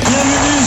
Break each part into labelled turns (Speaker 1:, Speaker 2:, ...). Speaker 1: Bienvenue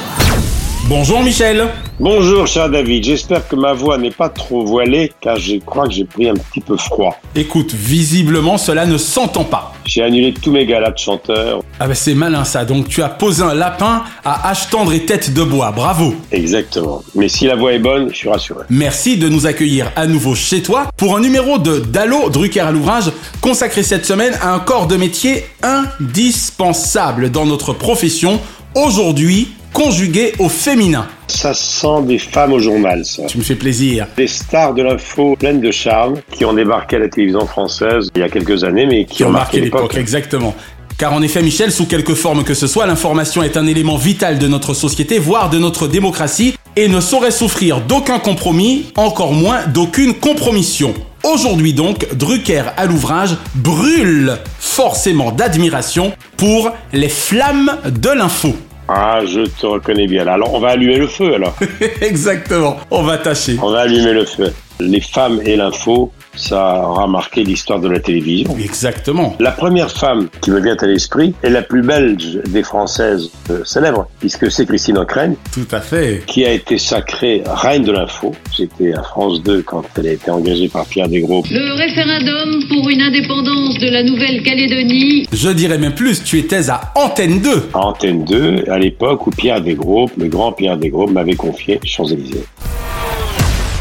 Speaker 2: Bonjour Michel
Speaker 3: Bonjour cher David, j'espère que ma voix n'est pas trop voilée car je crois que j'ai pris un petit peu froid.
Speaker 2: Écoute, visiblement cela ne s'entend pas.
Speaker 3: J'ai annulé tous mes galas de chanteurs.
Speaker 2: Ah bah c'est malin ça, donc tu as posé un lapin à hache tendre et tête de bois, bravo
Speaker 3: Exactement. Mais si la voix est bonne, je suis rassuré.
Speaker 2: Merci de nous accueillir à nouveau chez toi pour un numéro de Dallo Drucker à l'ouvrage consacré cette semaine à un corps de métier indispensable dans notre profession, aujourd'hui conjugué au féminin.
Speaker 3: Ça sent des femmes au journal, ça.
Speaker 2: Tu me fais plaisir.
Speaker 3: Des stars de l'info pleines de charme qui ont débarqué à la télévision française il y a quelques années, mais qui,
Speaker 2: qui ont marqué l'époque,
Speaker 3: l'époque.
Speaker 2: exactement. Car en effet, Michel, sous quelque forme que ce soit, l'information est un élément vital de notre société, voire de notre démocratie, et ne saurait souffrir d'aucun compromis, encore moins d'aucune compromission. Aujourd'hui donc, Drucker à l'ouvrage brûle forcément d'admiration pour les flammes de l'info.
Speaker 3: Ah, je te reconnais bien là. Alors, on va allumer le feu, alors.
Speaker 2: Exactement, on va tâcher.
Speaker 3: on va allumer le feu. Les femmes et l'info, ça aura marqué l'histoire de la
Speaker 2: Oh.
Speaker 3: télévision.
Speaker 2: Exactement.
Speaker 3: La première femme qui me vient à l'esprit est la plus belge des Françaises euh, célèbres, puisque c'est Christine O'Crane,
Speaker 2: Tout à fait.
Speaker 3: qui a été sacrée reine de l'info. C'était à France 2 quand elle a été engagée par Pierre Desgros.
Speaker 4: Le référendum pour une indépendance de la Nouvelle-Calédonie.
Speaker 2: Je dirais même plus, tu étais à Antenne 2.
Speaker 3: à Antenne 2, à l'époque où Pierre Desgros, le grand Pierre Desgros, m'avait confié Champs-Élysées.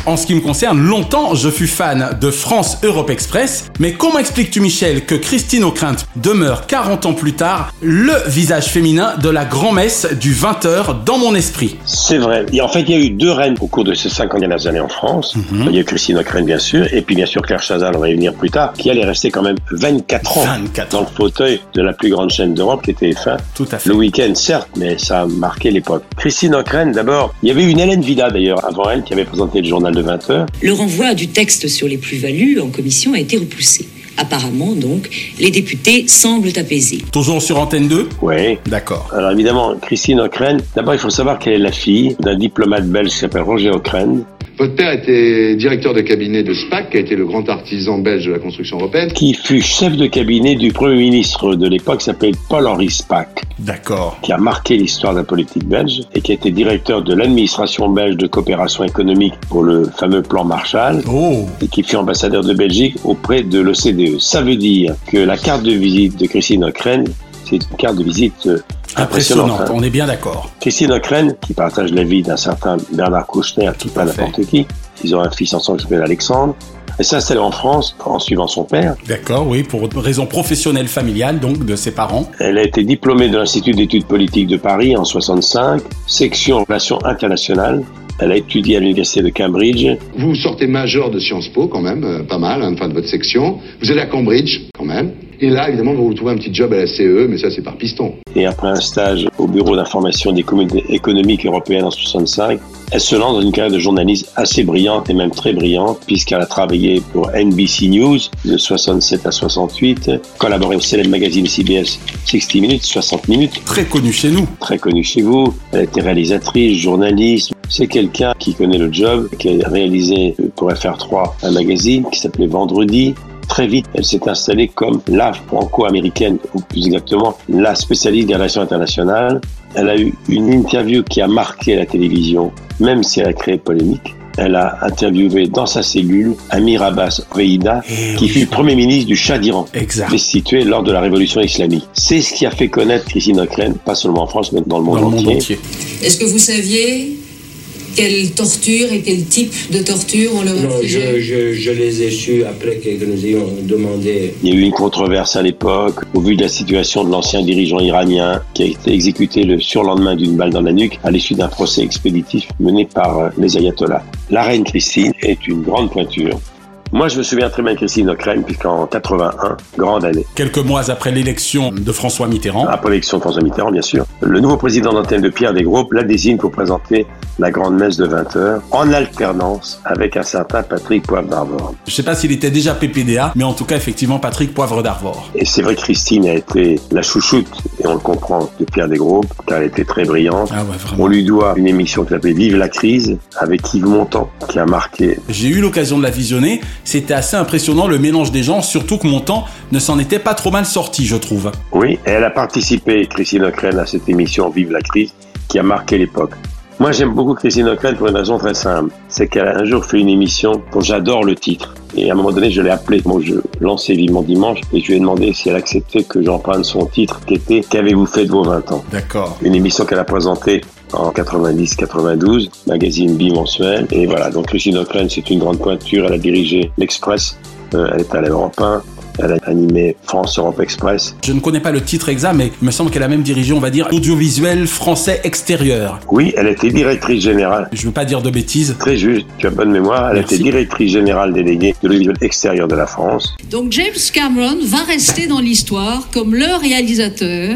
Speaker 2: En ce qui me concerne, longtemps je fus fan de France Europe Express, mais comment expliques-tu Michel que Christine O'Crinte demeure 40 ans plus tard le visage féminin de la grand-messe du 20h dans mon esprit
Speaker 3: C'est vrai. Et en fait, il y a eu deux reines au cours de ces 50 dernières années en France. Il y a eu Christine O'Crane, bien sûr, et puis bien sûr Claire Chazal, on va y venir plus tard, qui elle est restée quand même 24 ans
Speaker 2: 24
Speaker 3: dans
Speaker 2: ans,
Speaker 3: le fauteuil de la plus grande chaîne d'Europe, qui était F1.
Speaker 2: tout à fait.
Speaker 3: Le week-end, certes, mais ça a marqué l'époque. Christine O'Crane, d'abord, il y avait une Hélène Vida, d'ailleurs, avant elle, qui avait présenté le journal de 20 heures.
Speaker 5: Le renvoi du texte sur les plus-values en commission a été repoussé. Apparemment, donc, les députés semblent apaisés.
Speaker 2: Toujours sur Antenne 2
Speaker 3: Oui.
Speaker 2: D'accord.
Speaker 3: Alors évidemment, Christine O'Crane, d'abord, il faut savoir qu'elle est la fille d'un diplomate belge qui s'appelle Roger O'Crane,
Speaker 6: Votre père était directeur de cabinet de SPAC, qui a été le grand artisan belge de la construction européenne.
Speaker 3: qui fut chef de cabinet du Premier ministre de l'époque, qui s'appelait Paul-Henri Spaak,
Speaker 2: D'accord.
Speaker 3: qui a marqué l'histoire de la politique belge et qui a été directeur de l'administration belge de coopération économique pour le fameux plan Marshall
Speaker 2: Oh,
Speaker 3: et qui fut ambassadeur de Belgique auprès de l'OCDE. E. Ça veut dire que la carte de visite de Christine O'Crane, c'est une carte de visite euh, impressionnante.
Speaker 2: impressionnante,
Speaker 3: hein.
Speaker 2: on est bien d'accord.
Speaker 3: Christine O'Crane, qui partage la vie d'un certain Bernard Kouchner, qui
Speaker 2: Tout
Speaker 3: n'est pas
Speaker 2: à fait.
Speaker 3: n'importe qui. Ils ont un fils ensemble qui s'appelle Alexandre. Elle s'installe en France en suivant son père.
Speaker 2: D'accord, oui, pour raison professionnelle familiale, donc de ses parents.
Speaker 3: Elle a été diplômée de l'Institut d'études politiques de Paris en 65, section relations internationales. Elle a étudié à l'université de Cambridge.
Speaker 6: Vous sortez major de Sciences Po, quand même, euh, pas mal, hein, fin de votre section. Vous allez à Cambridge, quand même. Et là, évidemment, vous vous trouvez un petit job à la CE, mais ça, c'est par piston.
Speaker 3: Et après un stage au Bureau d'information des communautés économiques européennes en 65, elle se lance dans une carrière de journaliste assez brillante et même très brillante puisqu'elle a travaillé pour NBC News de 67 à 68, collaboré au célèbre magazine CBS 60 Minutes, 60 Minutes,
Speaker 2: Très connu chez nous.
Speaker 3: très connue chez vous. Elle était réalisatrice, journaliste. C'est quelqu'un qui connaît le job, qui a réalisé euh, pour FR3 un magazine qui s'appelait Vendredi. très vite, elle s'est installée comme la franco-américaine, ou plus exactement la spécialiste des relations internationales. Elle a eu une interview qui a marqué la télévision, même si elle a créé polémique. Elle a interviewé dans sa cellule Amir Abbas Veïda, qui fut premier ministre du Shah d'Iran, destitué lors de la révolution islamique. C'est ce qui a fait connaître Christine O'Crane, pas seulement en France, mais dans le monde,
Speaker 2: Dans le monde
Speaker 3: entier.
Speaker 2: entier.
Speaker 7: Est-ce que vous saviez quelle torture et quel type de torture on leur
Speaker 8: Non,
Speaker 7: infligeait
Speaker 8: je, je- je les ai su après que que nous ayons demandé.
Speaker 3: Il y a eu une controverse à l'époque au vu de la situation de l'ancien dirigeant iranien qui a été exécuté le surlendemain d'une balle dans la nuque à l'issue d'un procès expéditif mené par euh, les ayatollahs. La reine Christine est une grande pointure. Moi, je me souviens très bien de Christine O'Crane, puisqu'en 81, grande année,
Speaker 2: Quelques mois après l'élection de François Mitterrand,
Speaker 3: après l'élection de François Mitterrand, bien sûr, le nouveau président d'antenne de Pierre Desgroupes la désigne pour présenter la grande messe de 20h en alternance avec un certain Patrick Poivre d'Arvor.
Speaker 2: je sais pas s'il était déjà PPDA, mais en tout cas, effectivement, Patrick Poivre d'Arvor.
Speaker 3: Et c'est vrai que Christine a été la chouchoute, et on le comprend, de Pierre Desgros, car elle était très brillante.
Speaker 2: Ah ouais, vraiment.
Speaker 3: on lui doit une émission qui s'appelait Vive la crise, avec Yves Montand, qui a marqué.
Speaker 2: J'ai eu l'occasion de la visionner, c'était assez impressionnant le mélange des gens, surtout que mon temps ne s'en était pas trop mal sorti, je trouve.
Speaker 3: Oui, et elle a participé, Christine O'Crane, à cette émission Vive la crise, qui a marqué l'époque. Moi, j'aime beaucoup Christine O'Crane pour une raison très simple. C'est qu'elle a un jour fait une émission dont j'adore le titre. Et à un moment donné, je l'ai appelée. Moi, je lançais Vivement Dimanche et je lui ai demandé si elle acceptait que j'emprunte son titre qui était Qu'avez-vous fait de vos 20 ans
Speaker 2: D'accord.
Speaker 3: Une émission qu'elle a présentée en 90-92, magazine bimensuel. Et voilà, donc Christine O'Crane, c'est une grande pointure. Elle a dirigé l'Express, euh, elle est à l'Europe 1, elle a animé France-Europe Express.
Speaker 2: Je ne connais pas le titre exact, mais il me semble qu'elle a même dirigé, on va dire, audiovisuel français extérieur.
Speaker 3: Oui, elle était directrice générale.
Speaker 2: Je veux pas dire de bêtises.
Speaker 3: Très juste, tu as bonne mémoire. Elle
Speaker 2: Merci.
Speaker 3: était directrice générale déléguée de l'audiovisuel extérieur de la France.
Speaker 4: Donc James Cameron va rester dans l'histoire comme le réalisateur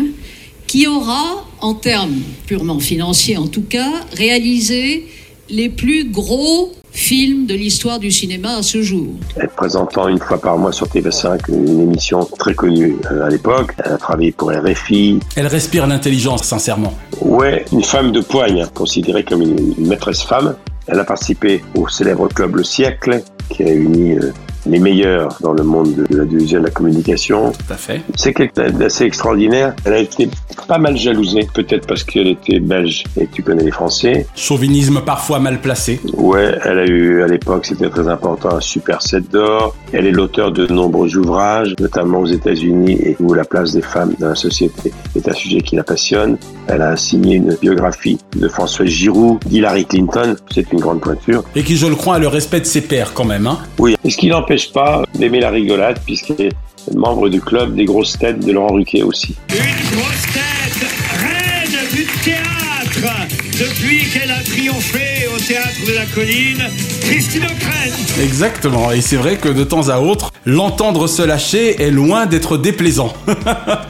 Speaker 4: qui aura, en termes purement financiers en tout cas, réalisé les plus gros films de l'histoire du cinéma à ce jour.
Speaker 3: Elle présentant une fois par mois sur TV5 une émission très connue euh, à l'époque. Elle a travaillé pour RFI.
Speaker 2: Elle respire l'intelligence, sincèrement.
Speaker 3: Ouais, une femme de poigne, hein, considérée comme une, une maîtresse femme. Elle a participé au célèbre club Le Siècle, qui a uni euh, les meilleurs dans le monde de l'audiovisuel et de la communication.
Speaker 2: Tout à fait.
Speaker 3: C'est quelqu'un d'assez extraordinaire. Elle a été pas mal jalousée, peut-être parce qu'elle était belge et tu connais les Français.
Speaker 2: Chauvinisme parfois mal placé.
Speaker 3: Ouais, elle a eu à l'époque, c'était très important, un super set d'or. Elle est l'auteur de nombreux ouvrages, notamment aux États-Unis, et où la place des femmes dans la société est un sujet qui la passionne. Elle a signé une biographie de François Giroud, d'Hillary Clinton, c'est une grande pointure.
Speaker 2: Et qui, je le crois, a le respect de ses pairs quand même. Hein.
Speaker 3: Oui, et ce qui n'empêche pas d'aimer la rigolade, puisqu'elle est membre du club des grosses têtes de Laurent Ruquier aussi.
Speaker 1: Grosse tête, reine du théâtre Depuis qu'elle a triomphé au théâtre de la colline, Christine O'Crane
Speaker 2: Exactement. Et c'est vrai que de temps à autre, l'entendre se lâcher est loin d'être déplaisant.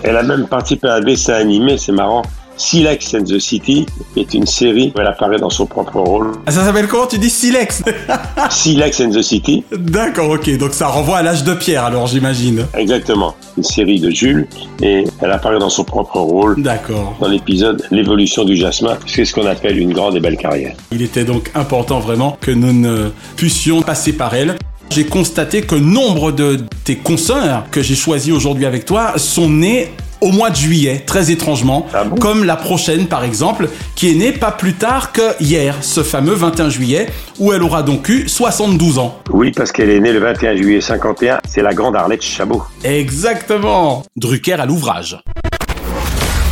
Speaker 3: Elle a même participé à un dessin animé, c'est marrant. Silex and the City est une série où elle apparaît dans son propre rôle.
Speaker 2: Ah, ça s'appelle comment tu dis Silex
Speaker 3: Silex and the City.
Speaker 2: D'accord, ok. Donc ça renvoie à l'âge de pierre, alors j'imagine.
Speaker 3: Exactement, une série de Jules, et elle apparaît dans son propre rôle
Speaker 2: D'accord.
Speaker 3: dans l'épisode L'évolution du jasmin, c'est ce qu'on appelle une grande et belle carrière.
Speaker 2: Il était donc important vraiment que nous ne puissions passer par elle. J'ai constaté que nombre de tes consoeurs que j'ai choisis aujourd'hui avec toi sont nés au mois de juillet, très étrangement, comme la prochaine par exemple, qui est née pas plus tard que hier, ce fameux 21 juillet, où elle aura donc eu 72 ans.
Speaker 3: Oui, parce qu'elle est née le 21 juillet 51, c'est la grande Arlette Chabot.
Speaker 2: Exactement Drucker à l'ouvrage.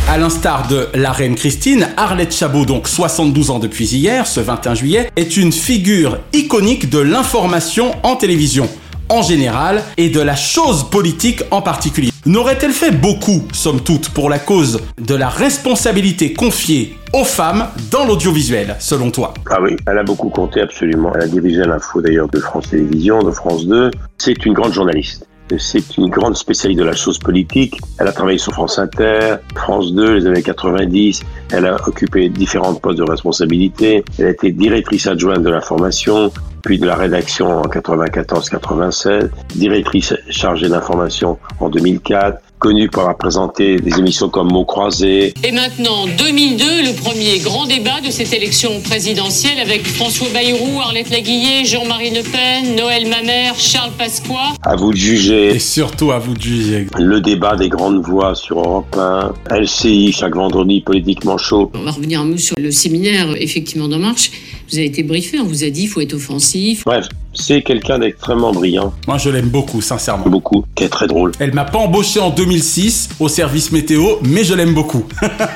Speaker 2: À l'instar de la reine Christine, Arlette Chabot, donc 72 ans depuis hier, ce 21 juillet, est une figure iconique de l'information en télévision en général et de la chose politique en particulier. N'aurait-elle fait beaucoup, somme toute, pour la cause de la responsabilité confiée aux femmes dans l'audiovisuel, selon toi
Speaker 3: Ah oui, elle a beaucoup compté, absolument. Elle a dirigé l'info d'ailleurs de France Télévisions, de France 2. C'est une grande journaliste. C'est une grande spécialiste de la chose politique. Elle a travaillé sur France Inter, France 2, les années 90. Elle a occupé différents postes de responsabilité. Elle a été directrice adjointe de l'information, puis de la rédaction en 94-96, directrice chargée d'information en 2004, connu pour présenter des émissions comme Mots croisés.
Speaker 9: Et maintenant, 2002, le premier grand débat de cette élection présidentielle avec François Bayrou, Arlette Laguillet, Jean-Marie Le Pen, Noël Mamère, Charles Pasqua.
Speaker 3: À vous de juger.
Speaker 2: Et surtout à vous de juger.
Speaker 3: Le débat des grandes voix sur Europe 1, LCI chaque vendredi politiquement chaud.
Speaker 10: On va revenir un peu sur le séminaire, effectivement, d'En Marche. Vous avez été briefé, on vous a dit qu'il faut être offensif.
Speaker 3: Bref, c'est quelqu'un d'extrêmement brillant.
Speaker 2: Moi, je l'aime beaucoup, sincèrement.
Speaker 3: Beaucoup, qui est très drôle.
Speaker 2: Elle m'a pas embauché en 2006 au service météo, mais je l'aime beaucoup.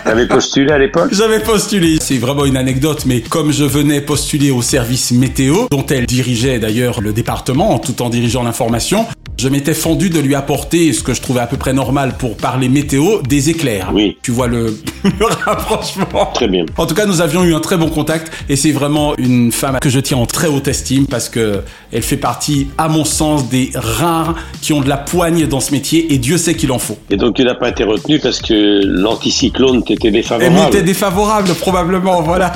Speaker 3: T'avais postulé à l'époque
Speaker 2: J'avais postulé. C'est vraiment une anecdote, mais comme je venais postuler au service météo, dont elle dirigeait d'ailleurs le département tout en dirigeant l'information, je m'étais fendu de lui apporter ce que je trouvais à peu près normal pour parler météo, des éclairs.
Speaker 3: Oui.
Speaker 2: Tu vois le, le rapprochement.
Speaker 3: Très bien.
Speaker 2: En tout cas, nous avions eu un très bon contact et c'est vraiment une femme que je tiens en très haute estime parce que elle fait partie, à mon sens, des rares qui ont de la poigne dans ce métier et Dieu sait qu'il en faut.
Speaker 3: Et donc tu n'as pas été retenu parce que l'anticyclone t'était défavorable.
Speaker 2: Elle m'était défavorable probablement, voilà.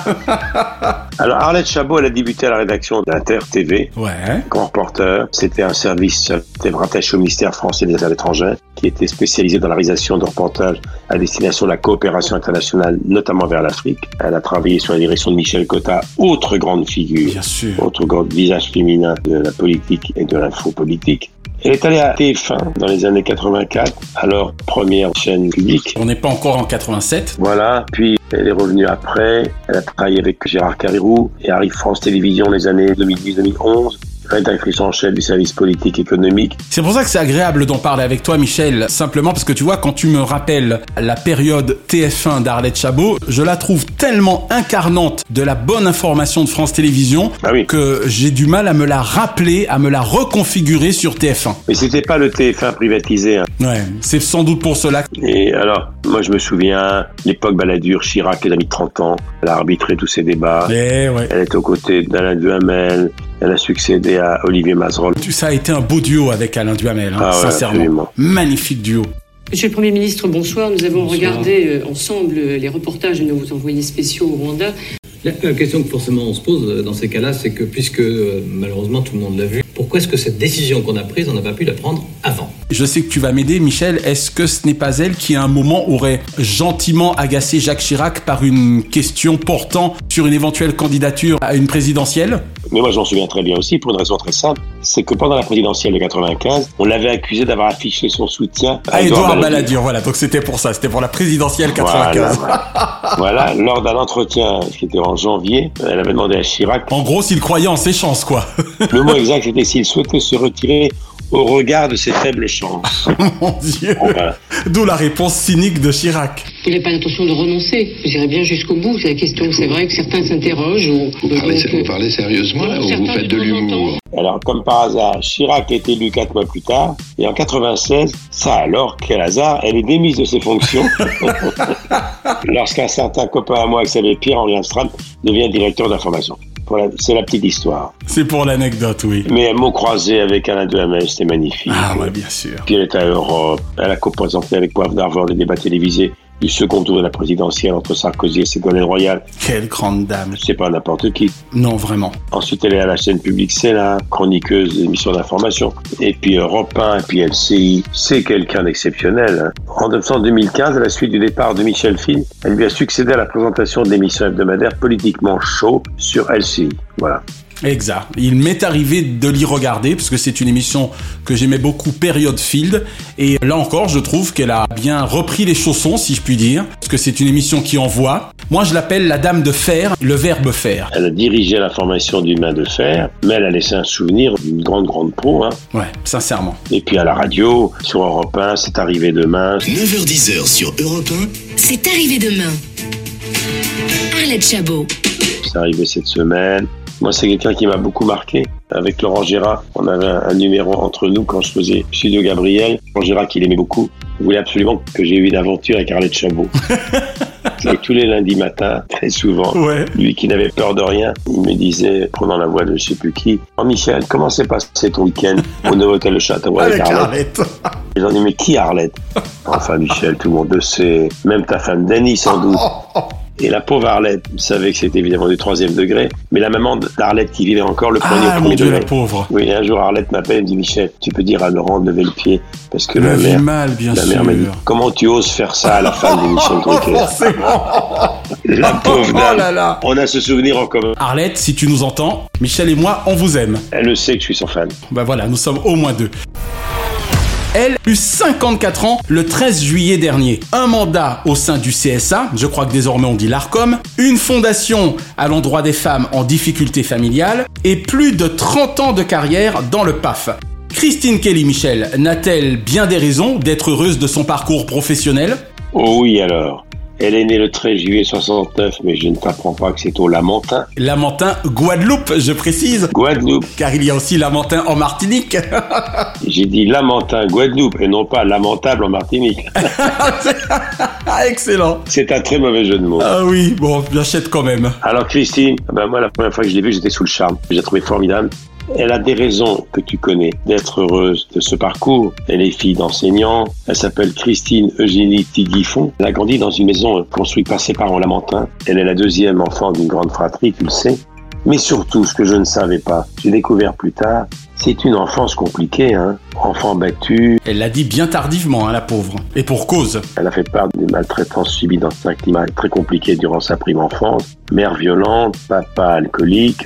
Speaker 3: Alors Arlette Chabot, elle a débuté à la rédaction d'Inter TV.
Speaker 2: Ouais.
Speaker 3: Grand reporter. C'était un service rattaché au ministère français des Affaires étrangères qui était spécialisé dans la réalisation de reportages à destination de la coopération internationale, notamment vers l'Afrique. Elle a travaillé sur la direction de Michel Cotta, autre grande figure,
Speaker 2: Bien sûr.
Speaker 3: autre grand visage féminin de la politique et de l'infopolitique. Elle est allée à TF1 dans les années 84, alors première chaîne publique.
Speaker 2: On n'est pas encore en 87.
Speaker 3: Voilà, puis elle est revenue après, elle a travaillé avec Gérard Carrirou et arrive France Télévisions les années 2010-2011 rédactrice en chef du service politique économique.
Speaker 2: C'est pour ça que c'est agréable d'en parler avec toi, Michel, simplement parce que tu vois, quand tu me rappelles la période TF1 d'Arlette Chabot, je la trouve tellement incarnante de la bonne information de France Télévisions
Speaker 3: ah oui.
Speaker 2: que j'ai du mal à me la rappeler, à me la reconfigurer sur TF1.
Speaker 3: Mais c'était pas le TF1 privatisé. Hein.
Speaker 2: Ouais, c'est sans doute pour cela.
Speaker 3: Et alors, moi je me souviens, l'époque Balladur, Chirac, elle a mis 30 ans, elle a arbitré tous ces débats.
Speaker 2: Et Eh ouais.
Speaker 3: Elle est aux côtés d'Alain Duhamel, elle a succédé à Olivier Mazerolle.
Speaker 2: Ça a été un beau duo avec Alain Duhamel, hein,
Speaker 3: ah ouais,
Speaker 2: sincèrement.
Speaker 3: Absolument.
Speaker 2: Magnifique duo.
Speaker 11: Monsieur le Premier ministre, bonsoir. Nous avons bonsoir. regardé euh, ensemble les reportages de nos envoyés spéciaux au Rwanda.
Speaker 12: La euh, question que forcément on se pose dans ces cas-là, c'est que puisque euh, malheureusement tout le monde l'a vu, pourquoi est-ce que cette décision qu'on a prise, on n'a pas pu la prendre avant
Speaker 2: Je sais que tu vas m'aider, Michel. Est-ce que ce n'est pas elle qui, à un moment, aurait gentiment agacé Jacques Chirac par une question portant sur une éventuelle candidature à une présidentielle
Speaker 3: Mais moi, j'en souviens très bien aussi, pour une raison très simple. C'est que pendant la présidentielle de 95, on l'avait accusé d'avoir affiché son soutien
Speaker 2: à, à Edouard Ah, Balladur. Voilà, donc c'était pour ça, c'était pour la présidentielle 95.
Speaker 3: Voilà, voilà. lors d'un entretien qui était en janvier, elle avait demandé à Chirac.
Speaker 2: En gros, s'il croyait en ses chances, quoi.
Speaker 3: Le mot exact, c'était s'il souhaitait se retirer au regard de ses faibles chances.
Speaker 2: Mon Dieu voilà. D'où la réponse cynique de Chirac.
Speaker 11: Il n'a pas l'intention de renoncer. J'irai bien jusqu'au bout. C'est la question, c'est vrai que certains s'interrogent. Ou...
Speaker 6: Vous, parlez, Donc, vous parlez sérieusement là, ou vous faites de l'humour
Speaker 3: Alors, comme par hasard, Chirac est élu quatre mois plus tard. Et en 96, ça alors, quel hasard, elle est démise de ses fonctions. Lorsqu'un certain copain à moi, Xavier Pierre-Henri Amstrad, devient directeur d'information. Voilà, c'est la petite histoire.
Speaker 2: C'est pour l'anecdote, oui.
Speaker 3: Mais un mot croisé avec Alain Duhamel, c'était magnifique.
Speaker 2: Ah ouais, bien sûr.
Speaker 3: Puis elle est à Europe, elle a co-présenté avec Poivre d'Arvor les débats télévisés du second tour de la présidentielle entre Sarkozy et Ségolène Royal.
Speaker 2: Quelle grande dame.
Speaker 3: C'est pas n'importe qui.
Speaker 2: Non, vraiment.
Speaker 3: Ensuite, elle est à la chaîne publique C'est la chroniqueuse des émissions d'information. Et puis Europe 1, et puis LCI. C'est quelqu'un d'exceptionnel. hein. En 2015, à la suite du départ de Michel Finn, elle lui a succédé à la présentation de l'émission hebdomadaire politiquement chaud sur LCI. Voilà.
Speaker 2: Exact. Il m'est arrivé de l'y regarder parce que c'est une émission que j'aimais beaucoup, période Field. Et là encore, je trouve qu'elle a bien repris les chaussons, si je puis dire, parce que c'est une émission qui envoie. Moi, je l'appelle la dame de fer, le verbe faire.
Speaker 3: Elle a dirigé la formation d'une main de fer, mais elle a laissé un souvenir d'une grande, grande pro. Hein.
Speaker 2: Ouais, sincèrement.
Speaker 3: Et puis à la radio, sur Europe 1, c'est arrivé demain.
Speaker 13: 9h10 sur Europe 1.
Speaker 14: C'est arrivé demain. Arlette Chabot.
Speaker 3: C'est arrivé cette semaine. Moi, c'est quelqu'un qui m'a beaucoup marqué. Avec Laurent Gérard, on avait un, un numéro entre nous quand je faisais Studio Gabriel. Laurent Gérard, qu'il aimait beaucoup, voulait absolument que j'ai eu une aventure avec Arlette Chabot. Et tous les lundis matins, très souvent,
Speaker 2: ouais.
Speaker 3: lui qui n'avait peur de rien, il me disait, prenant la voix de je sais plus qui, oh Michel, comment s'est passé ton week-end au nouveau hôtel de Château avec, avec Arlette, Arlette. Et j'en ai dit, mais qui Arlette Enfin Michel, tout le monde le sait, même ta femme Denis sans doute. Et la pauvre Arlette, vous savez que c'était évidemment du troisième degré, mais la maman d'Arlette qui vivait encore le premier
Speaker 2: Ah,
Speaker 3: au
Speaker 2: mon
Speaker 3: premier
Speaker 2: Dieu,
Speaker 3: degré.
Speaker 2: la pauvre.
Speaker 3: Oui, et un jour Arlette m'appelle et me dit Michel, tu peux dire à Laurent de lever le pied parce que
Speaker 2: Elle
Speaker 3: ma
Speaker 2: vit
Speaker 3: mère,
Speaker 2: mal, bien
Speaker 3: la mère m'a dit
Speaker 2: sûr.
Speaker 3: comment tu oses faire ça à la femme de Michel Drucker. la
Speaker 2: Oh
Speaker 3: pauvre dame. On a ce souvenir en commun.
Speaker 2: Arlette, si tu nous entends, Michel et moi, on vous aime.
Speaker 3: Elle le sait que je suis son fan.
Speaker 2: Bah voilà, nous sommes au moins deux. Elle eut 54 ans le 13 juillet dernier. Un mandat au sein du CSA, je crois que désormais on dit l'ARCOM, une fondation à l'endroit des femmes en difficulté familiale et plus de 30 ans de carrière dans le PAF. Christine Kelly Michel n'a-t-elle bien des raisons d'être heureuse de son parcours professionnel
Speaker 3: Oh oui alors. Elle est née le 13 juillet 69, mais je ne t'apprends pas que c'est au Lamentin.
Speaker 2: Lamentin Guadeloupe, je précise.
Speaker 3: Guadeloupe.
Speaker 2: Car il y a aussi Lamentin en Martinique.
Speaker 3: J'ai dit Lamentin, Guadeloupe, et non pas Lamentable en Martinique.
Speaker 2: Ah, Excellent.
Speaker 3: C'est un très mauvais jeu de mots.
Speaker 2: ah oui, bon, j'achète quand même.
Speaker 3: Alors Christine, ben moi la première fois que je l'ai vue, j'étais sous le charme. J'ai trouvé formidable. Elle a des raisons que tu connais d'être heureuse de ce parcours. Elle est fille d'enseignant. Elle s'appelle Christine Eugénie Tiguifon. Elle a grandi dans une maison construite par ses parents lamentins. Elle est la deuxième enfant d'une grande fratrie, tu le sais. Mais surtout, ce que je ne savais pas, j'ai découvert plus tard, c'est une enfance compliquée. Hein. Enfant battu,
Speaker 2: Elle l'a dit bien tardivement, hein, la pauvre. Et pour cause.
Speaker 3: elle a fait part des maltraitances subies dans un climat très compliqué durant sa prime enfance. Mère violente, papa alcoolique.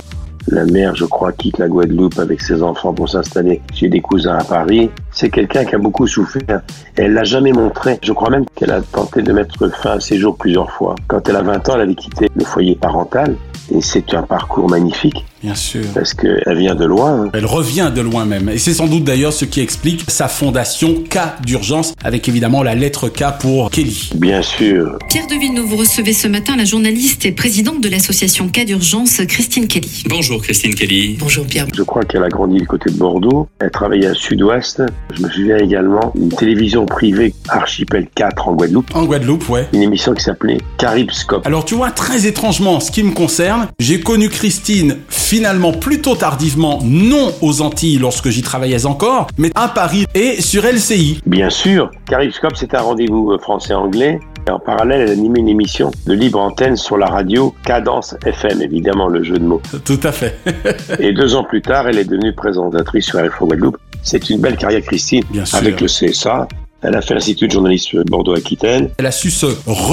Speaker 3: La mère, je crois, quitte la Guadeloupe avec ses enfants pour s'installer chez des cousins à Paris. C'est quelqu'un qui a beaucoup souffert. Elle l'a jamais montré. Je crois même qu'elle a tenté de mettre fin à ses jours plusieurs fois. Quand elle a 20 ans, elle avait quitté le foyer parental. Et c'est un parcours magnifique
Speaker 2: Bien sûr.
Speaker 3: parce qu'elle vient de loin. hein.
Speaker 2: Elle revient de loin même. Et c'est sans doute d'ailleurs ce qui explique sa fondation K d'urgence, avec évidemment la lettre K pour Kelly.
Speaker 3: Bien sûr.
Speaker 14: Pierre de Villeneuve, vous recevez ce matin la journaliste et présidente de l'association Cas d'urgence, Christine Kelly.
Speaker 15: Bonjour Christine Kelly.
Speaker 14: Bonjour Pierre.
Speaker 3: Je crois qu'elle a grandi du côté de Bordeaux. Elle travaillait à Sud-Ouest. Je me souviens également d'une télévision privée Archipel 4 en Guadeloupe.
Speaker 2: En Guadeloupe, ouais.
Speaker 3: Une émission qui s'appelait Caribscope.
Speaker 2: Alors tu vois, très étrangement, ce qui me concerne, j'ai connu Christine finalement plutôt tardivement, non aux Antilles lorsque j'y travaillais encore, mais à Paris et sur LCI.
Speaker 3: Bien sûr, Caribscope, c'est un rendez-vous euh, français-anglais. Et en parallèle, elle animait une émission de libre antenne sur la radio Cadence FM, évidemment, le jeu de mots.
Speaker 2: Tout à fait.
Speaker 3: Et deux ans plus tard, elle est devenue présentatrice sur RFO Guadeloupe. C'est une belle carrière, Christine,
Speaker 2: sûr.
Speaker 3: avec le CSA. Elle a fait l'Institut de journalisme Bordeaux-Aquitaine.
Speaker 2: Elle a su se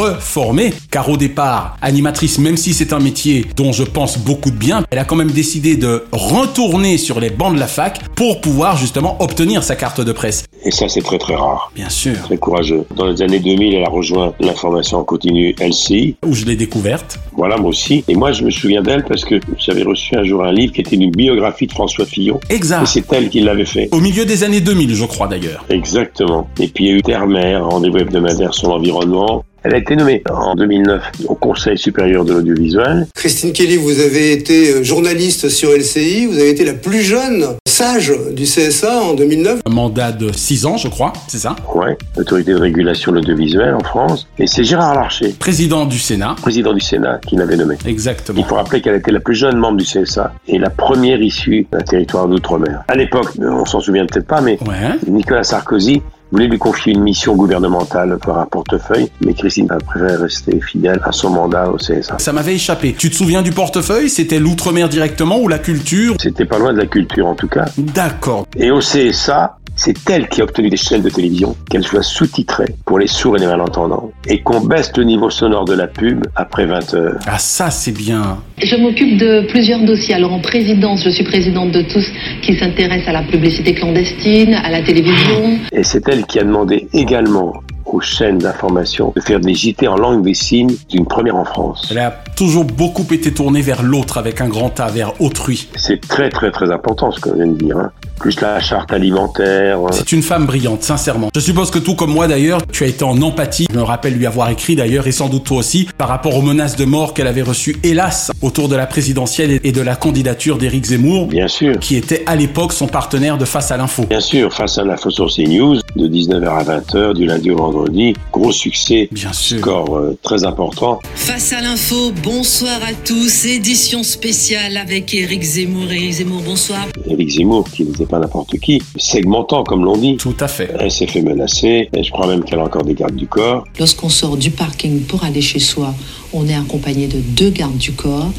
Speaker 2: reformer, car au départ, animatrice, même si c'est un métier dont je pense beaucoup de bien, elle a quand même décidé de retourner sur les bancs de la fac pour pouvoir justement obtenir sa carte de presse.
Speaker 3: Et ça, c'est très très rare.
Speaker 2: Bien sûr.
Speaker 3: Très courageux. Dans les années 2000, elle a rejoint l'information en continu LCI.
Speaker 2: Où je l'ai découverte.
Speaker 3: Voilà, moi aussi. Et moi, je me souviens d'elle parce que j'avais reçu un jour un livre qui était une biographie de François Fillon.
Speaker 2: Exact.
Speaker 3: Et c'est elle qui l'avait fait.
Speaker 2: Au milieu des années 2000, je crois d'ailleurs.
Speaker 3: Exactement. Et puis, il y a eu Terre-Mer, rendez-vous hebdomadaire sur l'environnement. Elle a été nommée en 2009 au Conseil supérieur de l'audiovisuel.
Speaker 16: Christine Kelly, vous avez été euh, journaliste sur LCI, vous avez été la plus jeune sage du CSA en 2009.
Speaker 2: Un mandat de 6 ans, je crois, c'est ça
Speaker 3: Ouais, l'autorité de régulation de l'audiovisuel en France. Et c'est Gérard Larcher,
Speaker 2: Président du Sénat.
Speaker 3: président du Sénat, qui l'avait nommée. Il
Speaker 2: Exactement.
Speaker 3: faut rappeler qu'elle était la plus jeune membre du CSA et la première issue d'un territoire d'outre-mer. À l'époque, on s'en souvient peut-être pas, mais
Speaker 2: Ouais.
Speaker 3: Nicolas Sarkozy voulait lui confier une mission gouvernementale par un portefeuille, mais Christine a préféré rester fidèle à son mandat au CSA.
Speaker 2: Ça m'avait échappé. Tu te souviens du portefeuille C'était l'outre-mer directement ou la culture
Speaker 3: C'était pas loin de la culture en tout cas.
Speaker 2: D'accord.
Speaker 3: Et au CSA, c'est elle qui a obtenu des chaînes de télévision, qu'elles soient sous-titrées pour les sourds et les malentendants, et qu'on baisse le niveau sonore de la pub après 20 heures.
Speaker 2: Ah ça, c'est bien.
Speaker 17: Je m'occupe de plusieurs dossiers. Alors en présidence, je suis présidente de tous qui s'intéressent à la publicité clandestine, à la télévision.
Speaker 3: Et c'est elle qui a demandé également aux chaînes d'information de faire des JT en langue des signes d'une première en France.
Speaker 2: Elle a toujours beaucoup été tournée vers l'autre avec un grand A, vers autrui.
Speaker 3: C'est très très très important ce que je viens de dire. hein. Plus la charte alimentaire. hein.
Speaker 2: C'est une femme brillante, sincèrement. Je suppose que tout comme moi d'ailleurs, tu as été en empathie. Je me rappelle lui avoir écrit d'ailleurs, et sans doute toi aussi, par rapport aux menaces de mort qu'elle avait reçues, hélas, autour de la présidentielle et de la candidature d'Éric Zemmour,
Speaker 3: Bien sûr.
Speaker 2: qui était à l'époque son partenaire de Face à l'info.
Speaker 3: Bien sûr, face à l'info sur CNews, de 19h à 20h, du lundi au vendredi. Gros succès, score euh, très important.
Speaker 5: Face à l'info, bonsoir à tous. Édition spéciale avec Éric Zemmour. Éric Zemmour, bonsoir.
Speaker 3: Éric Zemmour, qui n'était pas n'importe qui, segmentant comme l'on dit.
Speaker 2: Tout à fait.
Speaker 3: Elle s'est fait menacer, et je crois même qu'elle a encore des gardes du corps.
Speaker 18: Lorsqu'on sort du parking pour aller chez soi, on est accompagné de deux gardes du corps.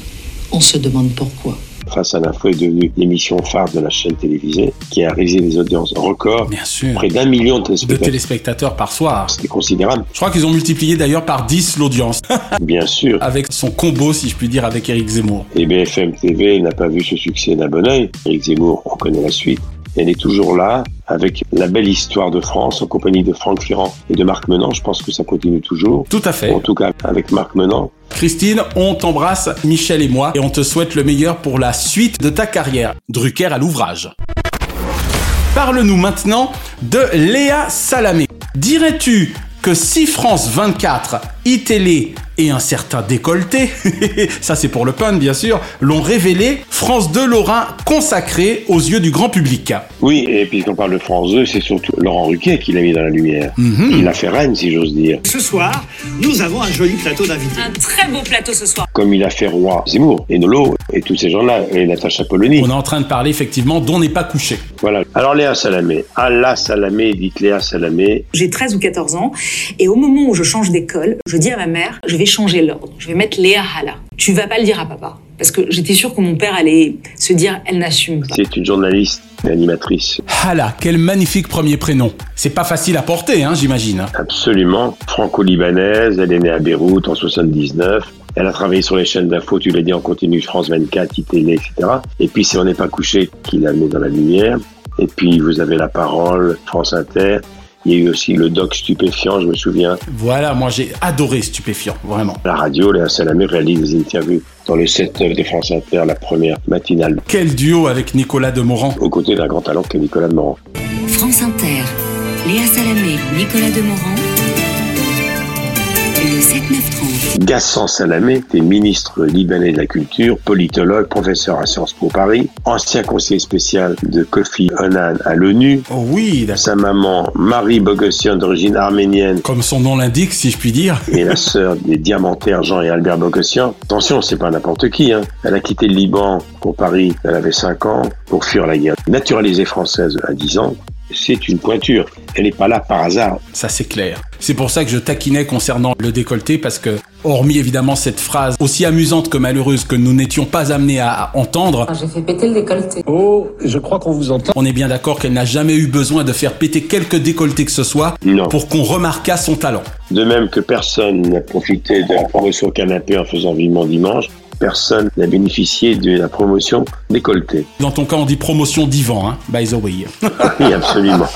Speaker 18: On se demande pourquoi.
Speaker 3: Face à l'info est devenue l'émission phare de la chaîne télévisée qui a réalisé des audiences records.
Speaker 2: Bien sûr.
Speaker 3: Près d'un million de
Speaker 2: De
Speaker 3: téléspectateurs.
Speaker 2: téléspectateurs par soir.
Speaker 3: C'était considérable.
Speaker 2: Je crois qu'ils ont multiplié d'ailleurs par 10 l'audience.
Speaker 3: Bien sûr.
Speaker 2: Avec son combo, si je puis dire, avec Éric Zemmour.
Speaker 3: Et BFM TV n'a pas vu ce succès d'un bon oeil. Éric Zemmour, on connaît la suite. Elle est toujours là, avec la belle histoire de France, en compagnie de Franck Ferrand et de Marc Menant. Je pense que ça continue toujours.
Speaker 2: Tout à fait.
Speaker 3: En tout cas, avec Marc Menant.
Speaker 2: Christine, on t'embrasse, Michel et moi, et on te souhaite le meilleur pour la suite de ta carrière. Drucker à l'ouvrage. Parle-nous maintenant de Léa Salamé. Dirais-tu que si France 24, iTélé et un certain décolleté, ça c'est pour le pun bien sûr, l'ont révélé, France 2 l'aura consacré aux yeux du grand public.
Speaker 3: Oui, et puis quand on parle de France 2, c'est surtout Laurent Ruquier qui l'a mis dans la lumière. Il a fait Rennes, si j'ose dire.
Speaker 1: Ce soir, nous avons un joli plateau d'invités.
Speaker 5: Un très beau plateau ce soir.
Speaker 3: Comme il a fait Roi, Zemmour, et Nolo, et tous ces gens-là, et Natacha Polony.
Speaker 2: On est en train de parler effectivement d'on n'est pas couché.
Speaker 3: Voilà. Alors Léa Salamé, Allah Salamé, dites Léa Salamé.
Speaker 15: J'ai 13 ou 14 ans et au moment où je change d'école, je dis à ma mère, je vais changer l'ordre, je vais mettre Léa Hala. Tu vas pas le dire à papa. Parce que j'étais sûre que mon père allait se dire, elle n'assume pas.
Speaker 3: C'est une journaliste et animatrice.
Speaker 2: Hala, Ah quel magnifique premier prénom. C'est pas facile à porter, hein, j'imagine.
Speaker 3: Absolument. Franco-libanaise, elle est née à Beyrouth en 79. Elle a travaillé sur les chaînes d'infos, tu l'as dit, en continu, France 24, ITL, etc. Et puis, si on n'est pas couché, qui la met dans la lumière. Et puis, vous avez La Parole, France Inter. Il y a eu aussi le doc stupéfiant, je me souviens.
Speaker 2: Voilà, moi j'ai adoré Stupéfiant, vraiment.
Speaker 3: La radio, Léa Salamé réalise des interviews dans le 7-9 de France Inter, la première matinale,
Speaker 2: Quel duo avec Nicolas Demorand.
Speaker 3: aux côtés d'un grand talent qu'est Nicolas Morand.
Speaker 5: France Inter, Léa Salamé, Nicolas Demorand, le 7-9-30.
Speaker 3: Gassan Salamé était ministre libanais de la culture, politologue, professeur à Sciences Po Paris, ancien conseiller spécial de Kofi Annan à l'ONU.
Speaker 2: Oh oui,
Speaker 3: Sa maman, Marie Bogossian, d'origine arménienne,
Speaker 2: Comme son nom l'indique, si je puis dire.
Speaker 3: et la sœur des diamantaires Jean et Albert Bogossian. Attention, c'est pas n'importe qui. Hein. Elle a quitté le Liban pour Paris, elle avait 5 ans, pour fuir la guerre. Naturalisée française à 10 ans, c'est une pointure. Elle n'est pas là par hasard.
Speaker 2: Ça c'est clair. C'est pour ça que je taquinais concernant le décolleté parce que, hormis évidemment cette phrase aussi amusante que malheureuse que nous n'étions pas amenés à entendre,
Speaker 7: Ah, J'ai fait péter le décolleté.
Speaker 2: Oh, je crois qu'on vous entend. On est bien d'accord qu'elle n'a jamais eu besoin de faire péter quelque décolleté que ce soit
Speaker 3: Non.
Speaker 2: pour qu'on remarquât son talent.
Speaker 3: De même que personne n'a profité de la promotion canapé en faisant vivement dimanche, personne n'a bénéficié de la promotion décolletée.
Speaker 2: Dans ton cas, on dit promotion divan, hein, by the way.
Speaker 3: Oui, absolument.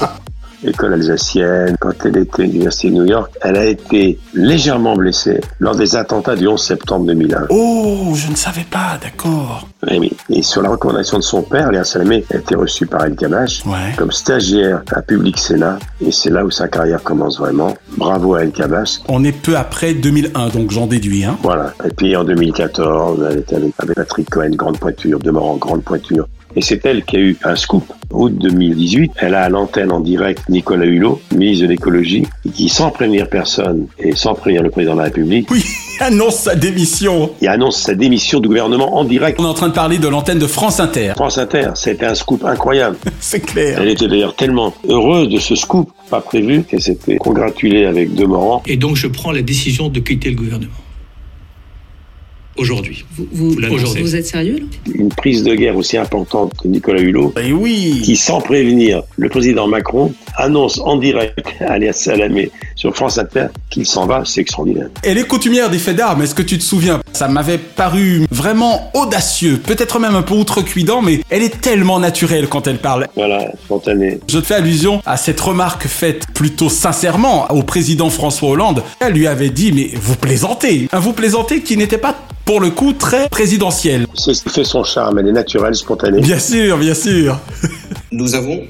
Speaker 3: École alsacienne, quand elle était à l'université de New York, elle a été légèrement blessée lors des attentats du 11 septembre 2001.
Speaker 2: oh, je ne savais pas, d'accord.
Speaker 3: Eh oui. Et sur la recommandation de son père, Léa Salamé a été reçue par El Kabash
Speaker 2: Ouais.
Speaker 3: comme stagiaire à Public Sénat. Et c'est là où sa carrière commence vraiment. Bravo à El Kabash.
Speaker 2: On est peu après 2001, donc j'en déduis, hein.
Speaker 3: Voilà. Et puis en 2014, elle était avec, avec Patrick Cohen, grande pointure, demeurant grande pointure. Et c'est elle qui a eu un scoop. Août 2018, elle a à l'antenne en direct Nicolas Hulot, ministre de l'écologie, et qui, sans prévenir personne et sans prévenir le président de la République,
Speaker 2: Oui, annonce sa démission.
Speaker 3: il annonce sa démission du gouvernement en direct.
Speaker 2: On est en train de parler de l'antenne de France Inter.
Speaker 3: France Inter, c'était un scoop incroyable.
Speaker 2: C'est clair.
Speaker 3: Elle était d'ailleurs tellement heureuse de ce scoop pas prévu qu'elle s'était congratulée avec Demorand.
Speaker 19: Et donc je prends la décision de quitter le gouvernement. Aujourd'hui.
Speaker 10: Vous, vous-
Speaker 12: Oh,
Speaker 19: Vous l'annoncez.
Speaker 10: vous êtes sérieux là
Speaker 3: Une prise de guerre aussi importante que Nicolas Hulot,
Speaker 2: Et oui.
Speaker 3: qui, sans prévenir le président Macron, annonce en direct à Léa Salamé sur France Inter qu'il s'en va, c'est extraordinaire.
Speaker 2: Elle est coutumière des faits d'armes, est-ce que tu te souviens Ça m'avait paru vraiment audacieux, peut-être même un peu outrecuidant, mais elle est tellement naturelle quand elle parle.
Speaker 3: Voilà, spontané.
Speaker 2: Je te fais allusion à cette remarque faite plutôt sincèrement au président François Hollande. Elle lui avait dit mais vous plaisantez, un vous plaisantez qui n'était pas pour le coup très présidentiel.
Speaker 3: C'est ce qui fait son charme, elle est naturelle, spontanée.
Speaker 2: Bien sûr, bien sûr.
Speaker 20: Nous avons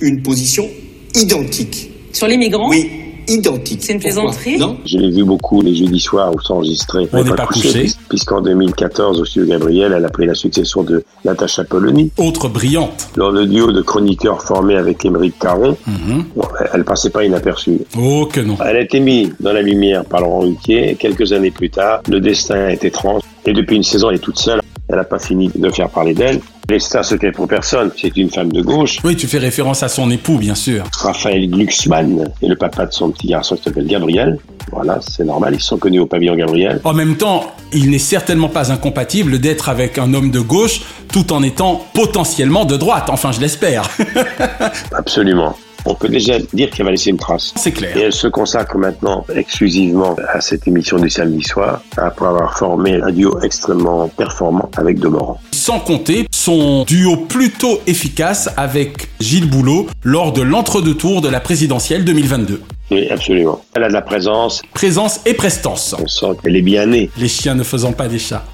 Speaker 20: une position identique.
Speaker 15: Sur les migrants
Speaker 20: Oui,
Speaker 16: identique.
Speaker 15: Oh. C'est une
Speaker 16: Pourquoi
Speaker 15: plaisanterie
Speaker 16: Non
Speaker 3: Je l'ai vu beaucoup les jeudis soirs où sont enregistrés.
Speaker 2: On n'est pas couché.
Speaker 3: Puisqu'en 2014, au studio Gabriel, elle a pris la succession de Natacha Polony.
Speaker 2: Autre brillante.
Speaker 3: Dans le duo de chroniqueurs formé avec Émeric Caron, bon, elle passait pas inaperçue.
Speaker 2: Oh que non.
Speaker 3: Elle a été mise dans la lumière par Laurent Ruquier et quelques années plus tard, le destin est étrange et depuis une saison, elle est toute seule. Elle n'a pas fini de faire parler d'elle. Les stars, c'était pour personne. C'est une femme de gauche.
Speaker 2: Oui, tu fais référence à son époux, bien sûr.
Speaker 3: Raphaël Glucksmann et le papa de son petit garçon qui s'appelle Gabriel. Voilà, c'est normal, ils sont connus au pavillon Gabriel.
Speaker 2: En même temps, il n'est certainement pas incompatible d'être avec un homme de gauche tout en étant potentiellement de droite, enfin je l'espère.
Speaker 3: Absolument. On peut déjà dire qu'elle va laisser une trace.
Speaker 2: C'est clair.
Speaker 3: Et elle se consacre maintenant exclusivement à cette émission du samedi soir, après avoir formé un duo extrêmement performant avec Demorand.
Speaker 2: Sans compter son duo plutôt efficace avec Gilles Boulot lors de l'entre-deux-tours de la présidentielle 2022.
Speaker 3: Oui, absolument. Elle a de la présence.
Speaker 2: Présence et prestance.
Speaker 3: On sent qu'elle est bien née.
Speaker 2: Les chiens ne faisant pas des chats.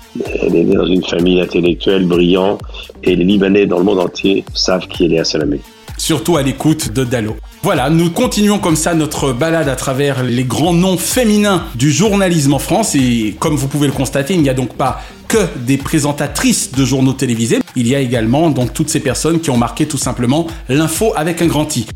Speaker 3: Elle est née dans une famille intellectuelle brillante et les Libanais dans le monde entier savent qui elle est à Salamé.
Speaker 2: surtout à l'écoute de Dallo. Voilà, nous continuons comme ça notre balade à travers les grands noms féminins du journalisme en France et comme vous pouvez le constater, il n'y a donc pas que des présentatrices de journaux télévisés, il y a également donc toutes ces personnes qui ont marqué tout simplement l'info avec un grand I.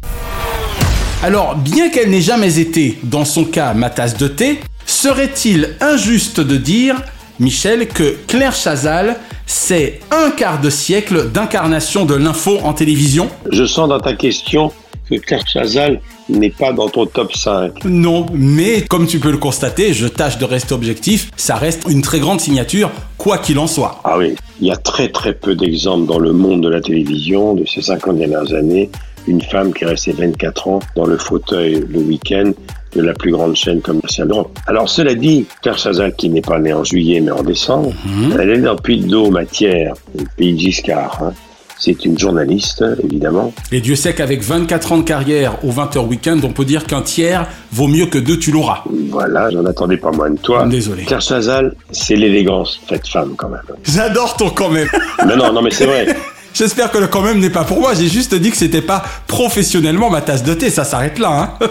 Speaker 2: Alors, bien qu'elle n'ait jamais été, dans son cas, ma tasse de thé, serait-il injuste de dire, Michel, que Claire Chazal, c'est un quart de siècle d'incarnation de l'info en télévision
Speaker 3: Je sens dans ta question que Claire Chazal n'est pas dans ton top 5.
Speaker 2: Non, mais comme tu peux le constater, je tâche de rester objectif, ça reste une très grande signature, quoi qu'il en soit.
Speaker 3: Ah oui, il y a très très peu d'exemples dans le monde de la télévision de ces 50 dernières années. Une femme qui est restée 24 ans dans le fauteuil le week-end de la plus grande chaîne commerciale d'Europe. Alors cela dit, Claire Chazal, qui n'est pas née en juillet mais en décembre, elle est dans Puy-de-Dôme, matière, pays de Giscard. hein. C'est une journaliste, évidemment.
Speaker 2: Et Dieu sait qu'avec 24 ans de carrière au 20h week-end, on peut dire qu'un tiers vaut mieux que deux, tu l'auras.
Speaker 3: Voilà, j'en attendais pas moins de toi.
Speaker 2: Désolé.
Speaker 3: Claire Chazal, c'est l'élégance faite femme quand même.
Speaker 2: J'adore ton quand même.
Speaker 3: Mais non, non, mais c'est vrai.
Speaker 2: J'espère que le quand même n'est pas pour moi, j'ai juste dit que c'était pas professionnellement ma tasse de thé, ça s'arrête là. Hein